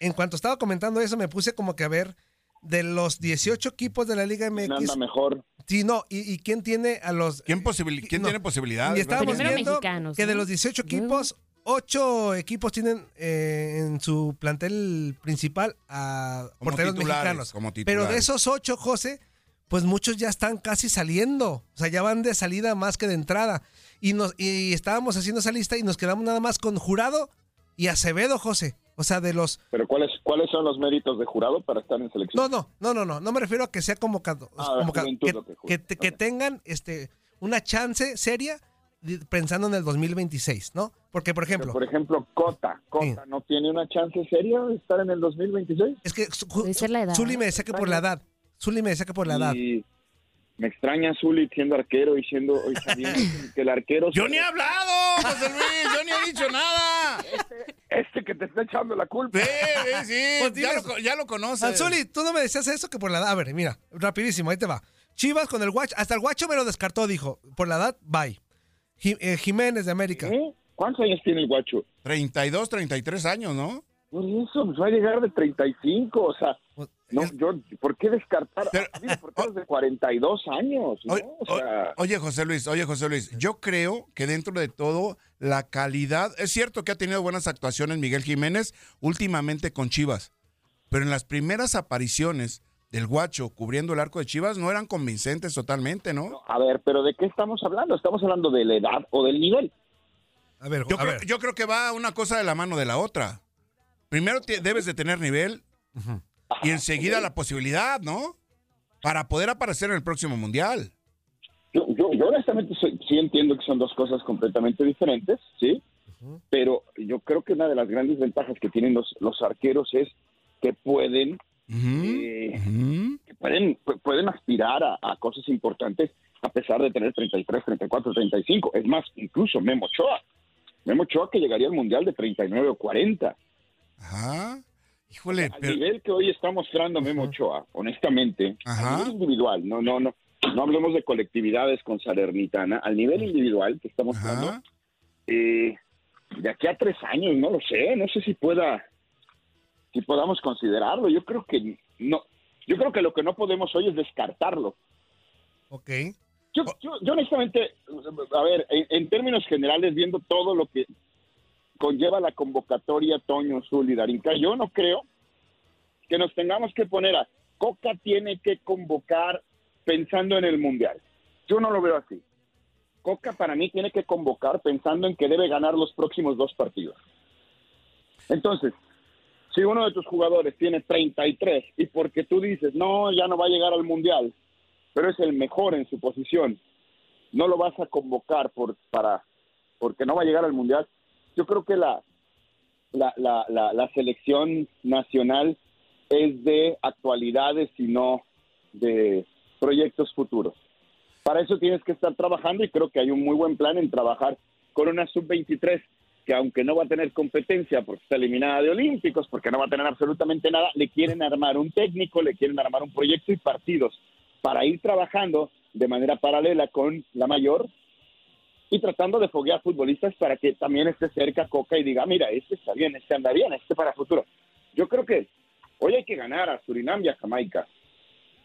en cuanto estaba comentando eso, me puse como que a ver de los 18 equipos de la Liga MX. anda mejor? Sí, no, y, y quién tiene a los. ¿Quién, posibil- quién no. tiene posibilidades? Y estábamos Primero viendo mexicanos, que de ¿no? los 18 equipos, 8 equipos tienen eh, en su plantel principal a Como porteros titulares, mexicanos. como Pero de titulares. esos 8, José, pues muchos ya están casi saliendo. O sea, ya van de salida más que de entrada. Y, nos, y estábamos haciendo esa lista y nos quedamos nada más con Jurado y Acevedo, José. O sea, de los ¿Pero cuáles cuáles son los méritos de jurado para estar en selección? no, no, no, no, no, no me refiero a que sea convocado, Ah, convocado, juventud, que, ok, juventud, que te- que tengan este una chance seria de- pensando en el 2026, ¿no? Porque por ejemplo, Por ejemplo, Cota. Cota no tiene una chance seria de estar en el 2026. es que su- Ju- Zuli me decía que por la edad, Zuli me decía que por la edad. Y me extraña Zuli siendo arquero y siendo y sabiendo que el arquero. ¡Yo ni he hablado, José Luis! ¡Yo ni he dicho nada! Este que te está echando la culpa. Sí, sí, sí. Pues ya, diles- lo, co- ya lo conoces. Anzuli, tú no me decías eso que por la edad. A ver, mira, rapidísimo, ahí te va. Chivas con el guacho, hasta el guacho me lo descartó, dijo, por la edad, bye. Ji- eh, Jiménez de América. ¿Eh? ¿Cuántos años tiene el guacho? 32, 33 años, ¿no? Por eso, pues va a llegar de 35, o sea, Pues, no, yo, ¿por qué descartar? Ah, Ha habido porteros de 42 años, ¿no? O sea, Oye, José Luis, oye, José Luis, yo creo que dentro de todo, la calidad. Es cierto que ha tenido buenas actuaciones Miguel Jiménez últimamente con Chivas, pero en las primeras apariciones del Guacho cubriendo el arco de Chivas no eran convincentes totalmente, ¿no? a ver, ¿pero de qué estamos hablando? ¿Estamos hablando de la edad o del nivel? A ver, yo, creo, yo creo que va una cosa de la mano de la otra. Primero te- debes de tener nivel y enseguida la posibilidad, ¿no? para poder aparecer en el próximo mundial. Yo, yo, yo honestamente soy- sí entiendo que son dos cosas completamente diferentes, ¿sí? Pero yo creo que una de las grandes ventajas que tienen los, los arqueros es que pueden, eh, que pueden, pu- pueden aspirar a, a cosas importantes a pesar de tener 33, 34, 35. Es más, incluso Memo Ochoa. Memo Ochoa que llegaría al Mundial de 39 o 40. Ajá. Híjole, al nivel que hoy está mostrando Memo Ochoa, honestamente, a nivel individual, no, no, no, no hablemos de colectividades con Salernitana, al nivel individual que está mostrando, eh, de aquí a tres años, no lo sé, no sé si pueda, si podamos considerarlo, yo creo que no, yo creo que lo que no podemos hoy es descartarlo. Ok. Yo, yo- yo honestamente, a ver, en, en términos generales, viendo todo lo que conlleva la convocatoria Toño, Zul y Darinka, yo no creo que nos tengamos que poner a Coca tiene que convocar pensando en el Mundial. Yo no lo veo así. Coca para mí tiene que convocar pensando en que debe ganar los próximos dos partidos. Entonces, si uno de tus jugadores tiene 33 y porque tú dices, no, ya no va a llegar al Mundial, pero es el mejor en su posición, no lo vas a convocar por, para, porque no va a llegar al Mundial, yo creo que la, la, la, la, la selección nacional es de actualidades y no de proyectos futuros. Para eso tienes que estar trabajando y creo que hay un muy buen plan en trabajar con una sub-23 que aunque no va a tener competencia porque está eliminada de Olímpicos, porque no va a tener absolutamente nada, le quieren armar un técnico, le quieren armar un proyecto y partidos para ir trabajando de manera paralela con la mayor y tratando de foguear futbolistas para que también esté cerca Coca y diga, mira, este está bien, este anda bien, este para futuro. Yo creo que hoy hay que ganar a Surinam y a Jamaica.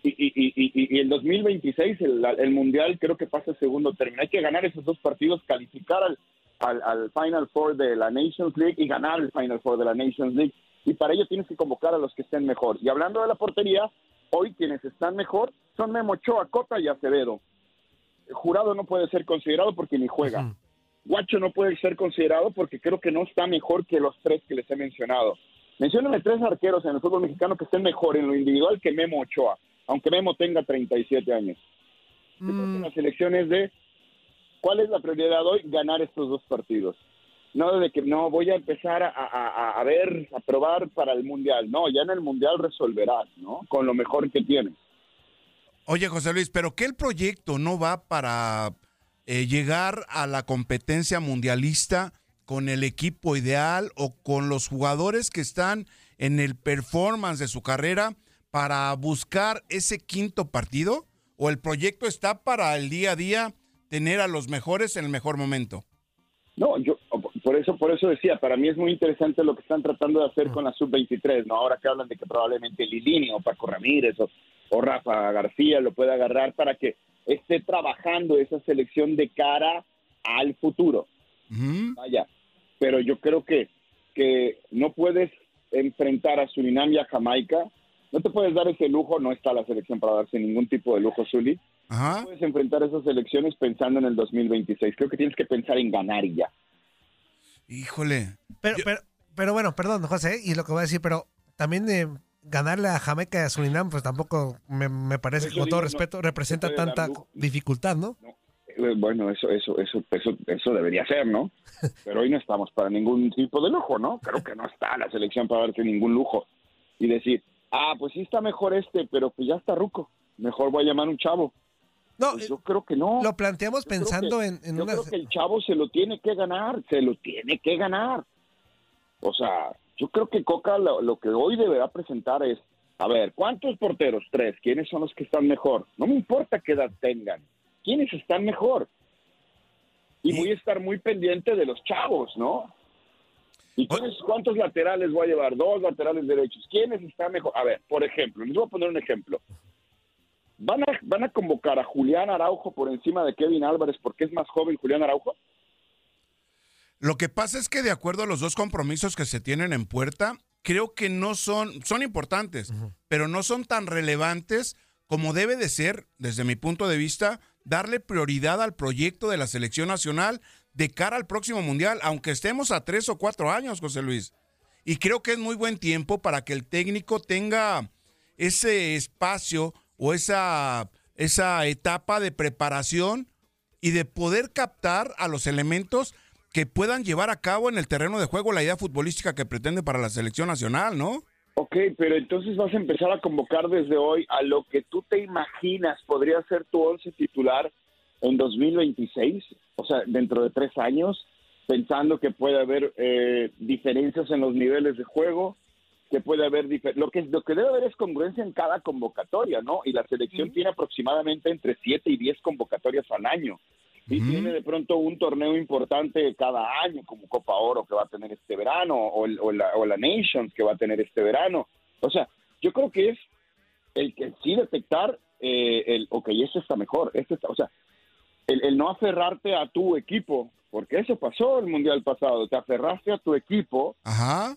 Y, y, y- y- y el 2026, el, el Mundial, creo que pasa a segundo término. Hay que ganar esos dos partidos, calificar al, al, al Final Four de la Nations League y ganar el Final Four de la Nations League. Y para ello tienes que convocar a los que estén mejor. Y hablando de la portería, hoy quienes están mejor son Memo Ochoa, Cota y Acevedo. Jurado no puede ser considerado porque ni juega. Guacho no puede ser considerado porque creo que no está mejor que los tres que les he mencionado. Mencióname tres arqueros en el fútbol mexicano que estén mejor en lo individual que Memo Ochoa, aunque Memo tenga 37 años. Yo creo que la selección es de cuál es la prioridad hoy, ganar estos dos partidos. No de que no voy a empezar a, a- a- a ver, a probar para el Mundial. No, ya en el Mundial resolverás, ¿no? Con lo mejor que tienes. Oye, José Luis, ¿pero qué el proyecto no va para eh, llegar a la competencia mundialista con el equipo ideal o con los jugadores que están en el performance de su carrera para buscar ese quinto partido? ¿O el proyecto está para el día a día tener a los mejores en el mejor momento? No, yo por eso, por eso decía, para mí es muy interesante lo que están tratando de hacer con la sub-23, ¿no? Ahora que hablan de que probablemente Lilini o Paco Ramírez o, o Rafa García lo pueda agarrar para que esté trabajando esa selección de cara al futuro. Vaya, pero yo creo que, que no puedes enfrentar a Surinam y a Jamaica. No te puedes dar ese lujo, no está la selección para darse ningún tipo de lujo, Zuli. Ajá. No puedes enfrentar esas elecciones pensando en el 2026. Creo que tienes que pensar en ganar y ya. Híjole. Pero, pero, pero bueno, perdón, José, y lo que voy a decir, pero también eh, ganarle a Jamaica y a Surinam, pues tampoco me, me parece Por que eso con todo digo, no, respeto no representa se puede dar tanta lujo. dificultad, ¿no? Eh, Bueno, eso, eso, eso, eso, eso debería ser, ¿no? Pero hoy no estamos para ningún tipo de lujo, ¿no? Creo que no está la selección para darte ningún lujo. Y decir, ah, pues sí está mejor este, pero pues ya está ruco. Mejor voy a llamar un chavo. Pues No, eh, yo creo que no. Lo planteamos Yo creo pensando que- en, en yo una... creo que el chavo se lo tiene que ganar, se lo tiene que ganar. O sea, yo creo que Coca lo, lo que hoy deberá presentar es, a ver, ¿cuántos porteros? Tres. ¿Quiénes son los que están mejor? No me importa qué edad tengan. ¿Quiénes están mejor? Y voy a estar muy pendiente de los chavos, ¿no? ¿Y quiénes- cuántos laterales voy a llevar? Dos laterales derechos. ¿Quiénes están mejor? A ver, por ejemplo, les voy a poner un ejemplo. ¿Van a, ¿Van a convocar a Julián Araujo por encima de Kevin Álvarez porque es más joven Julián Araujo? Lo que pasa es que de acuerdo a los dos compromisos que se tienen en puerta, creo que no son, son importantes, pero no son tan relevantes como debe de ser, desde mi punto de vista, darle prioridad al proyecto de la selección nacional de cara al próximo mundial, aunque estemos a tres o cuatro años, José Luis. Y creo que es muy buen tiempo para que el técnico tenga ese espacio o esa, esa etapa de preparación y de poder captar a los elementos que puedan llevar a cabo en el terreno de juego la idea futbolística que pretende para la selección nacional, ¿no? Ok, pero entonces vas a empezar a convocar desde hoy a lo que tú te imaginas podría ser tu once titular en 2026, o sea, dentro de tres años, pensando que puede haber eh, diferencias en los niveles de juego, que puede haber difer- lo que lo que debe haber es congruencia en cada convocatoria, ¿no? Y la selección tiene aproximadamente entre siete y 10 convocatorias al año. Y tiene de pronto un torneo importante cada año, como Copa Oro que va a tener este verano, o, el- o la, o la Nations que va a tener este verano. O sea, yo creo que es el que sí detectar, eh, el, ok, este está mejor, este está, o sea, el, el no aferrarte a tu equipo, porque eso pasó el mundial pasado, te aferraste a tu equipo,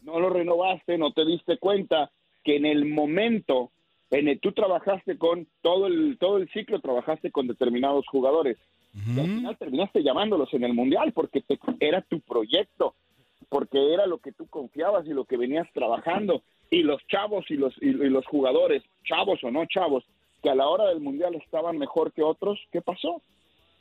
no lo renovaste, no te diste cuenta que en el momento, en el, tú trabajaste con todo el, todo el ciclo, trabajaste con determinados jugadores. Y al final terminaste llamándolos en el mundial porque te- era tu proyecto, porque era lo que tú confiabas y lo que venías trabajando. Y los chavos y los, y, y los jugadores, chavos o no chavos, que a la hora del mundial estaban mejor que otros, ¿qué pasó?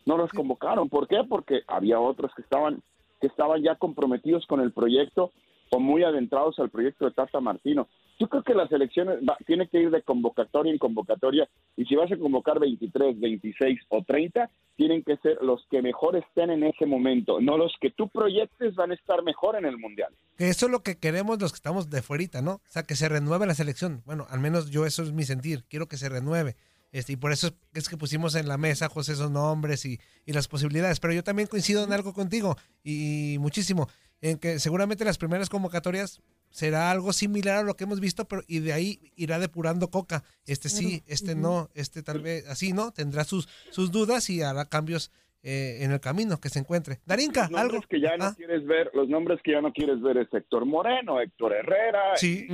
no los convocaron. ¿Por qué? Porque había otros que estaban, que estaban ya comprometidos con el proyecto o muy adentrados al proyecto de Tata Martino. Yo creo que las elecciones va- tiene que ir de convocatoria en convocatoria y si vas a convocar 23, 26 o 30, tienen que ser los que mejor estén en ese momento, no los que tú proyectes van a estar mejor en el Mundial. Que eso es lo que queremos los que estamos de fuerita, ¿no? O sea, que se renueve la selección. Bueno, al menos yo eso es mi sentir. Quiero que se renueve. Este, y por eso es- es que pusimos en la mesa, José, esos nombres y, y las posibilidades. Pero yo también coincido en algo contigo y, muchísimo, en que seguramente las primeras convocatorias será algo similar a lo que hemos visto, pero y de ahí irá depurando Coca. Este sí, Claro. este Ujú. no, este tal vez así, ¿no? Tendrá sus, sus dudas y hará cambios eh, en el camino que se encuentre. Darinka, algo. Los Ah. nombres que ya no quieres ver, los nombres que ya no quieres ver es Héctor Moreno, Héctor Herrera. Sí.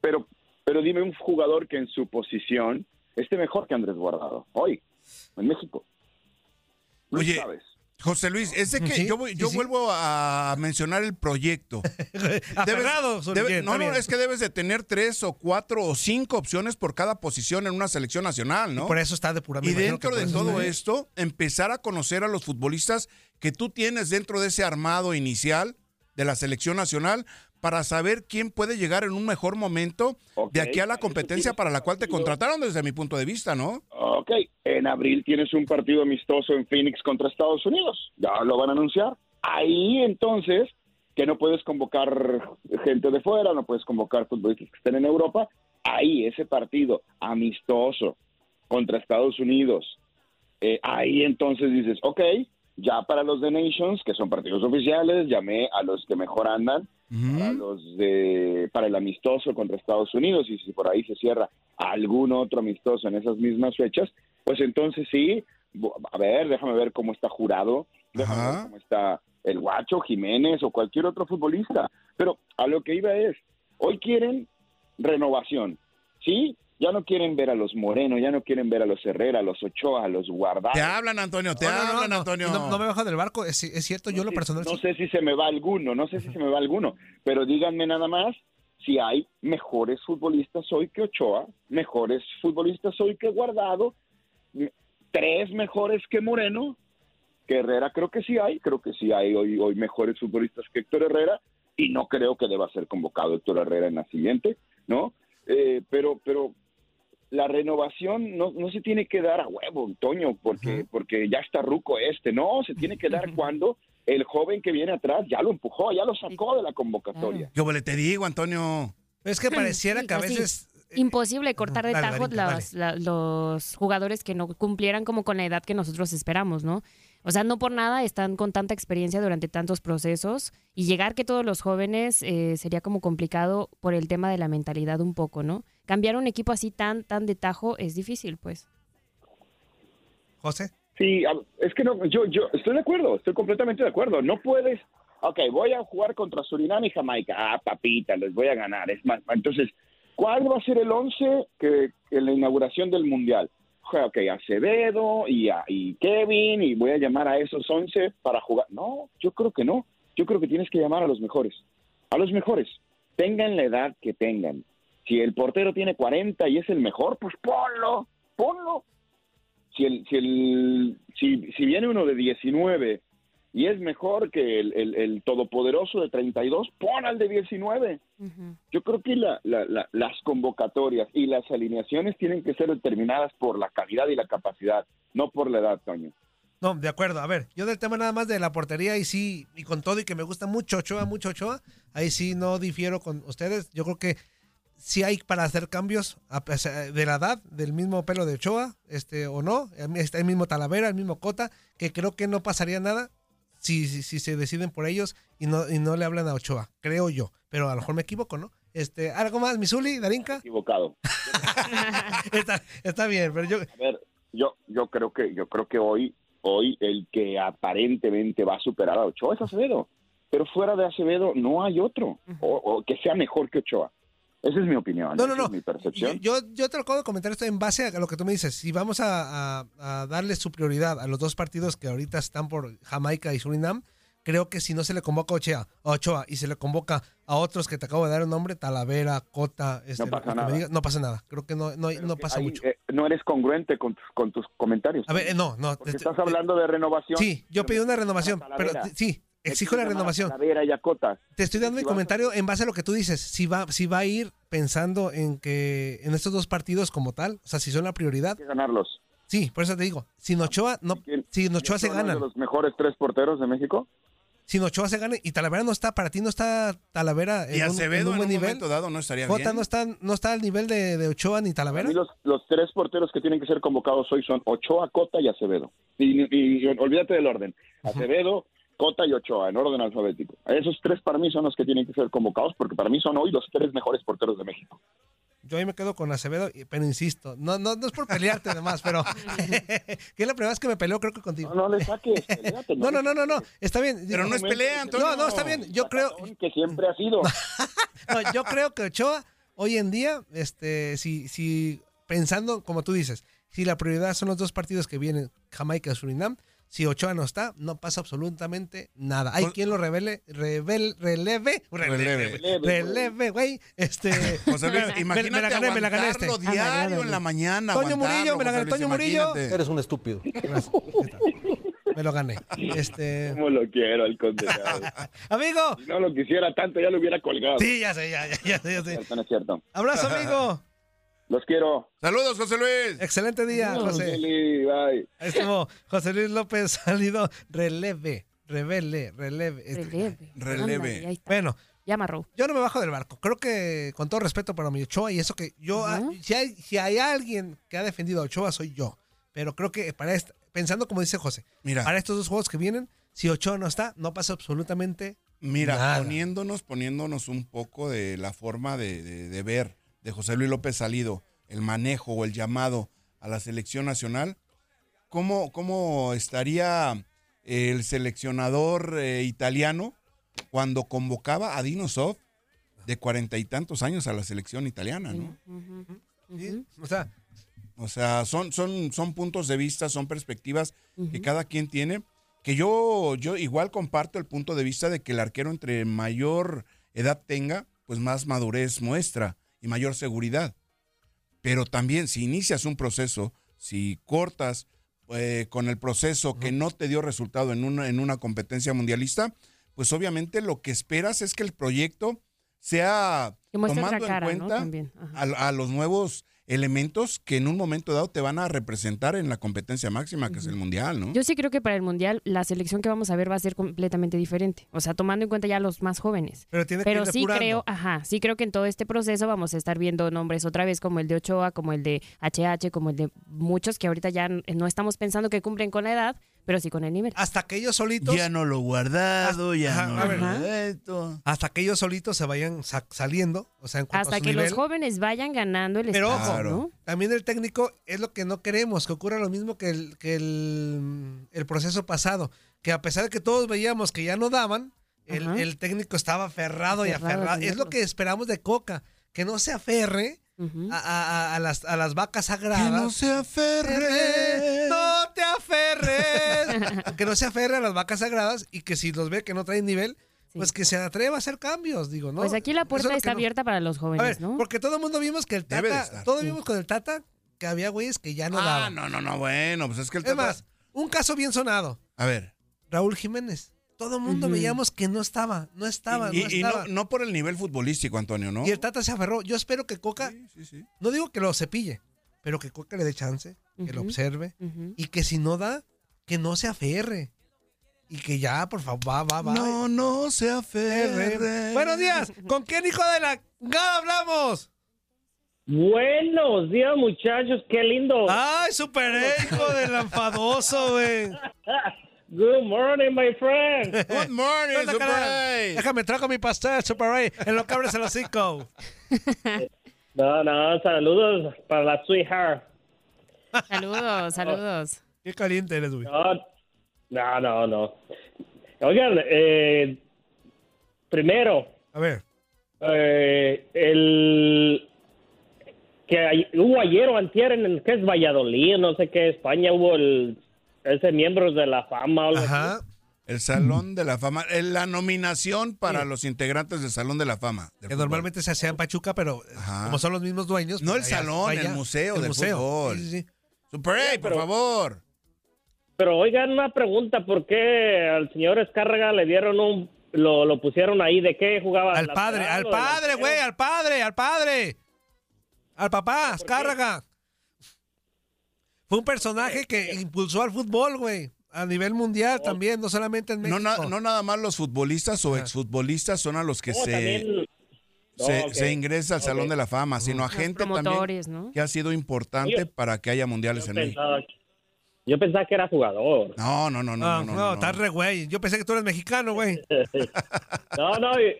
Pero, pero dime un jugador que en su posición esté mejor que Andrés Guardado hoy en México. Luis Oye, Chávez. José Luis, es de que yo, voy- yo vuelvo a mencionar el proyecto. Debes- Aferrado, Sol, debe- bien, no, está no, bien. es que debes de tener tres o cuatro o cinco opciones por cada posición en una selección nacional, ¿no? Por eso está depurando. Y me imagino dentro que por de eso todo está ahí. esto, empezar a conocer a los futbolistas que tú tienes dentro de ese armado inicial de la selección nacional para saber quién puede llegar en un mejor momento de aquí a la competencia para la cual te contrataron desde mi punto de vista, ¿no? Ok, en abril tienes un partido amistoso en Phoenix contra Estados Unidos. Ya lo van a anunciar. Ahí entonces que no puedes convocar gente de fuera, no puedes convocar futbolistas que estén en Europa. Ahí ese partido amistoso contra Estados Unidos. Eh, ahí entonces dices, ok, ya para los de Nations, que son partidos oficiales, llamé a los que mejor andan, para los de, para el amistoso contra Estados Unidos, y si por ahí se cierra algún otro amistoso en esas mismas fechas, pues entonces sí, bu- a ver, déjame ver cómo está jurado, déjame ver cómo está el guacho, Jiménez o cualquier otro futbolista. Pero a lo que iba es, hoy quieren renovación, ¿sí? Ya no quieren ver a los Moreno, ya no quieren ver a los Herrera, a los Ochoa, a los Guardado. Te hablan, Antonio, te No, no, hablan, no, Antonio. No, no me bajan del barco, es, es cierto, yo lo personal. No sí. sé si se me va alguno, no sé si se me va alguno, pero díganme nada más si hay mejores futbolistas hoy que Ochoa, mejores futbolistas hoy que Guardado, m- tres mejores que Moreno, que Herrera creo que sí hay, creo que sí hay hoy, hoy mejores futbolistas que Héctor Herrera y no creo que deba ser convocado Héctor Herrera en la siguiente, ¿no? Eh, pero, pero la renovación no, no se tiene que dar a huevo, Toño, porque, porque ya está ruco este, no, se tiene que dar cuando el joven que viene atrás ya lo empujó, ya lo sacó de la convocatoria. Yo le te digo, Antonio. Es que Hmm, Sí, así, Imposible cortar de dale, tajo Darinka, las- la- los jugadores que no cumplieran como con la edad que nosotros esperamos, ¿no? O sea, no por nada están con tanta experiencia durante tantos procesos y llegar que todos los jóvenes eh, sería como complicado por el tema de la mentalidad un poco, ¿no? Cambiar un equipo así tan, tan de tajo es difícil, pues. José. Sí, a- es que no, yo, yo estoy de acuerdo, estoy completamente de acuerdo. No puedes, ok, voy a jugar contra Surinam y Jamaica. Ah, papita, les voy a ganar. Es más, entonces, ¿cuál va a ser el 11 que, en la inauguración del Mundial? Ojo, Ok, Acevedo y, a- y Kevin, y voy a llamar a esos 11 para jugar. No, yo creo que no. Yo creo que tienes que llamar a los mejores. A los mejores. Tengan la edad que tengan. Si el portero tiene 40 y es el mejor, pues ponlo. ponlo. Si, el, si, el, si, si viene uno de 19 y es mejor que el, el- el todopoderoso de 32, pon al de 19. Yo creo que la- la- la- las convocatorias y las alineaciones tienen que ser determinadas por la calidad y la capacidad, no por la edad, Toño. No, de acuerdo. A ver, yo del tema nada más de la portería y sí, y con todo y que me gusta mucho Ochoa, mucho Ochoa, ahí sí no difiero con ustedes. Yo creo que sí hay para hacer cambios a pesar de la edad, del mismo pelo de Ochoa, este o no, a mí está el mismo Talavera, el mismo Cota, que creo que no pasaría nada si, si, si se deciden por ellos y no, y no le hablan a Ochoa, creo yo. Pero a lo mejor me equivoco, ¿no? Este, algo más, Misuli, Darinka. Equivocado. está, está bien, pero yo, A ver, yo, yo creo que, yo creo que hoy, hoy el que aparentemente va a superar a Ochoa es Acevedo. Pero fuera de Acevedo no hay otro, o, o que sea mejor que Ochoa. Esa es mi opinión, No, no, esa es no. mi percepción. Yo, yo te lo acabo de comentar esto en base a lo que tú me dices. Si vamos a, a- a darle su prioridad a los dos partidos que ahorita están por Jamaica y Surinam, creo que si no se le convoca a Ochoa, a Ochoa y se le convoca a otros que te acabo de dar un nombre, Talavera, Cota, este, No pasa lo que me nada. digas, no pasa nada. Creo que no, no, hay- no pasa Ahí, mucho. eh, no eres congruente con tus, con tus comentarios. A ver, eh, no, no. Porque este, estás hablando de renovación. sí, yo pedí una renovación, pero Talavera. t- sí, exijo la renovación. Talavera y a Cota. Te estoy dando mi comentario en base a lo que tú dices. Si va, si va a ir pensando en que en estos dos partidos como tal, o sea, si son la prioridad. ganarlos. Sí, por eso te digo. Sin Ochoa, no, sin Ochoa se ¿Son uno ganan. de los mejores tres porteros de México? Sin Ochoa se ganan. Y Talavera no está, para ti no está Talavera en Y un- en Acevedo un en buen un nivel. momento dado no estaría Jota bien. no está, no está al nivel de, de Ochoa ni A Talavera. mí los, los tres porteros que tienen que ser convocados hoy son Ochoa, Cota y Acevedo. Y, y- y olvídate del orden. Acevedo, Cota y Ochoa, en orden alfabético. Esos tres para mí son los que tienen que ser convocados porque para mí son hoy los tres mejores porteros de México. Yo ahí me quedo con Acevedo, y- pero insisto, no, no, no es por pelearte además, pero que es la primera vez que me peleo creo que contigo. No, no le saques, No, no, no, no, no, está bien. Pero no es pelea, Antonio. No, no, está bien, yo creo... Que siempre ha sido. No, yo creo que Ochoa, hoy en día, este, si, si pensando, como tú dices, si la prioridad son los dos partidos que vienen, Jamaica y Surinam, si Ochoa no está, no pasa absolutamente nada. Hay quien lo revele, revel- releve, releve, Releve. releve, güey. Este, José Luis, imagínate me, me la gané, me la gané este. aguantarlo diario en la mañana, Toño aguantarlo, Murillo, me la José gané, Luis, Toño Murillo. imagínate. Eres un estúpido. Me lo gané. Este, ¿Cómo lo quiero al condenado? Amigo. Si no lo quisiera tanto, ya lo hubiera colgado. Sí, ya sé, ya, ya, ya sé, ya sé. Cierto, no es cierto. Abrazo, amigo. Los quiero. Saludos, José Luis. Excelente día, Saludos, José. Eli, bye. Ahí estuvo José Luis López Salido, releve, revele, releve. Releve. Releve. Ándale, ahí Bueno. Ya amarró. Yo no me bajo del barco. Creo que, con todo respeto para mi Ochoa, y eso que yo, ah, si, hay, si hay alguien que ha defendido a Ochoa, soy yo. Pero creo que para esta- pensando como dice José, Mira. para estos dos juegos que vienen, si Ochoa no está, no pasa absolutamente Mira, nada. poniéndonos, poniéndonos un poco de la forma de, de- de ver de José Luis López Salido, el manejo o el llamado a la selección nacional, ¿cómo, cómo estaría el seleccionador eh, italiano cuando convocaba a Dino Zoff de cuarenta y tantos años a la selección italiana, ¿no? Sí, O sea, O sea, son, son, son puntos de vista, son perspectivas que cada quien tiene. Que yo, yo igual comparto el punto de vista de que el arquero entre mayor edad tenga, pues más madurez muestra y mayor seguridad. Pero también si inicias un proceso, si cortas eh, con el proceso que no te dio resultado en una, en una competencia mundialista, pues obviamente lo que esperas es que el proyecto sea Que muestre tomando otra cara, en ¿no? cuenta También, a, a los nuevos elementos que en un momento dado te van a representar en la competencia máxima, que es el Mundial, ¿no? Yo sí creo que para el Mundial la selección que vamos a ver va a ser completamente diferente. O sea, tomando en cuenta ya los más jóvenes. Pero tiene que Pero ir sí depurando. creo, ajá, sí creo que en todo este proceso vamos a estar viendo nombres otra vez como el de Ochoa, como el de HH, como el de muchos que ahorita ya n- no estamos pensando que cumplen con la edad, pero sí con el nivel. hasta que ellos solitos. Ya no lo guardado, ya no Ah, lo Hasta que ellos solitos se vayan sa- saliendo, o sea, en cuanto a Hasta su que los nivel. jóvenes vayan ganando el Pero ojo, espacio, ¿no? también el técnico es lo que no queremos, que ocurra lo mismo que el, que el, el proceso pasado, que a pesar de que todos veíamos que ya no daban, el, Ajá. el técnico estaba aferrado y Aferrado a aferrado. Es lo tenerlos. que esperamos de Coca, que no se aferre a, a- a- a las, a las vacas sagradas. Que no se aferre. No te aferres. que no se aferre a las vacas sagradas y que si los ve que no traen nivel, pues que se atreva a hacer cambios, digo, ¿no? Pues aquí la Eso es lo puerta que está no- abierta para los a jóvenes, ver, ¿no? porque todo el mundo vimos que el Debe de Tata, estar. todos Sí. vimos con el Tata que había güeyes que ya no ah, daban. no, no, no, bueno, pues es que el Es más, un caso bien sonado. A ver. Raúl Jiménez. Todo el mundo Ujú. veíamos que no estaba, no estaba, Y, no y estaba. no, no por el nivel futbolístico, Antonio, ¿no? Y el Tata se aferró. Yo espero que Coca, no digo que lo cepille, pero que Coca le dé chance, que lo Ujú, observe y que si no da, que no se aferre. Y que ya, por favor, va, va, va. No, no se aferre. Buenos días, ¿con quién hijo de la gada hablamos? Buenos días, muchachos, qué lindo. Ay, super hijo del enfadoso, güey. Good morning, my friend. Good morning, Super Déjame trago mi pastel, Super Ray, en lo que abres el hocico. No, no, saludos para la sweetheart. Saludos, saludos. Qué caliente eres, güey. No, no, no. no. Oigan, eh, primero. eh, A ver. el que ay- hubo ayer o antier en el que es Valladolid, no sé qué, España hubo el ese miembro de la fama o algo Ajá. El Salón de la Fama, eh, la nominación para los integrantes del Salón de la Fama. Que normalmente se hacía en Pachuca, pero eh, como son los mismos dueños. Ah. No pues el allá- salón, allá- el museo del fútbol. Sí, sí, sí. Super Ray, por Pero- favor. Pero oigan una pregunta, ¿por qué al señor Escárraga le dieron un lo, lo pusieron ahí de qué jugaba? Al padre, al padre, güey, al padre, al padre. Al papá, Azcárraga. Fue un personaje que impulsó al fútbol, güey. A nivel mundial Oh. también, no solamente en No, México. na- no nada más los futbolistas o exfutbolistas son a los que Oh, se, también- se, Oh, ok. se ingresa al Salón de la Fama, sino a gente también promotores, ¿no? que ha sido importante Yo- para que haya mundiales en México. pensaba- Yo pensaba que era jugador. No, no, no, no. Ah, no, no, no, no. estás re güey. Yo pensé que tú eres mexicano, güey. No, no, y,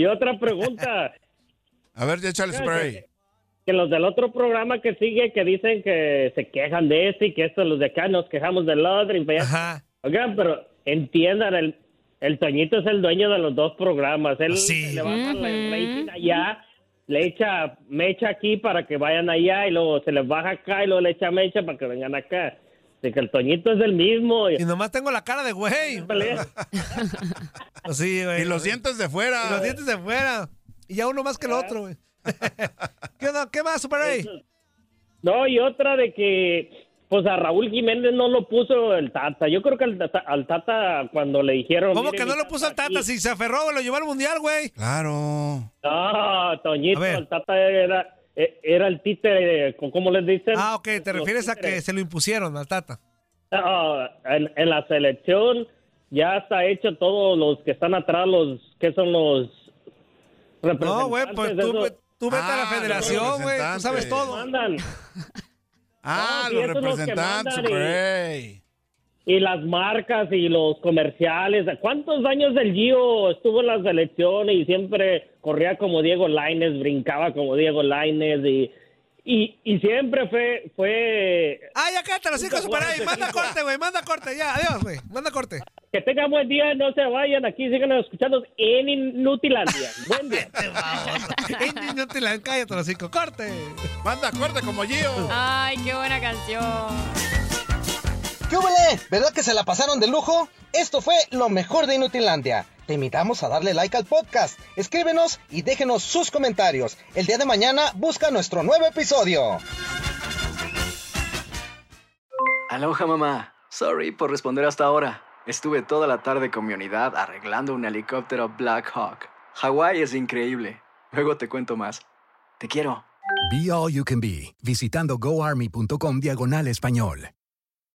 y otra pregunta. A ver, ya échale Super Ray. Que los del otro programa que sigue, que dicen que se quejan de este y que estos los de acá nos quejamos del otro. y pues ya- Oigan, pero entiendan, el, el Toñito es el dueño de los dos programas. Él le baja el rating allá, le echa mecha aquí para que vayan allá y luego se les baja acá y luego le echa mecha para que vengan acá. Así que el Toñito es el mismo. Y nomás tengo la cara de güey. Sí, güey. Y los dientes de fuera. Y los dientes de fuera. Y ya uno más que el otro, güey. ¿Qué, onda? ¿Qué más, Super Ray? No, y otra de que, pues a Raúl Jiménez no lo puso el Tata. Yo creo que al Tata, al tata cuando le dijeron. ¿Cómo "Mire, que mi no lo puso al Tata? Si se aferró, güey, lo llevó al mundial, güey. Claro. No, Toñito, el Tata era, e- era el títere, de- ¿cómo les dicen? Ah, ok, te refieres a que se lo impusieron al Tata. No, Ah, en, en la selección ya está hecho todos los que están atrás, los que son los representantes. No, güey, pues tú, esos- ve- tú vete a la federación, güey. Tú sabes todo. Ah, Mandan. Ah, No, sí, los esos son los que representantes, mandan y- Super Ray. Y las marcas y los comerciales. ¿Cuántos años del Gio estuvo en la selección y siempre corría como Diego Laines, brincaba como Diego Laines y, y, y siempre fue... fue Ah, ya cállate los cinco, Super Ray. Manda corte, güey. Manda corte, ya. Adiós, güey. Manda corte. que tengan buen día, no se vayan aquí, sigan escuchando en Inutilandia. Buen día. No te la cállate los cinco. Corte. Manda corte como Gio. Ay, qué buena canción. ¿Qué hubole? ¿Verdad que se la pasaron de lujo? Esto fue lo mejor de Inutilandia. Te invitamos a darle like al podcast, escríbenos y déjenos sus comentarios. El día de mañana busca nuestro nuevo episodio. Aloha mamá. Sorry por responder hasta ahora. Estuve toda la tarde con mi unidad arreglando un helicóptero Black Hawk. Hawái es increíble. Luego te cuento más. Te quiero. Be All You Can Be, visitando goarmy.com diagonal español.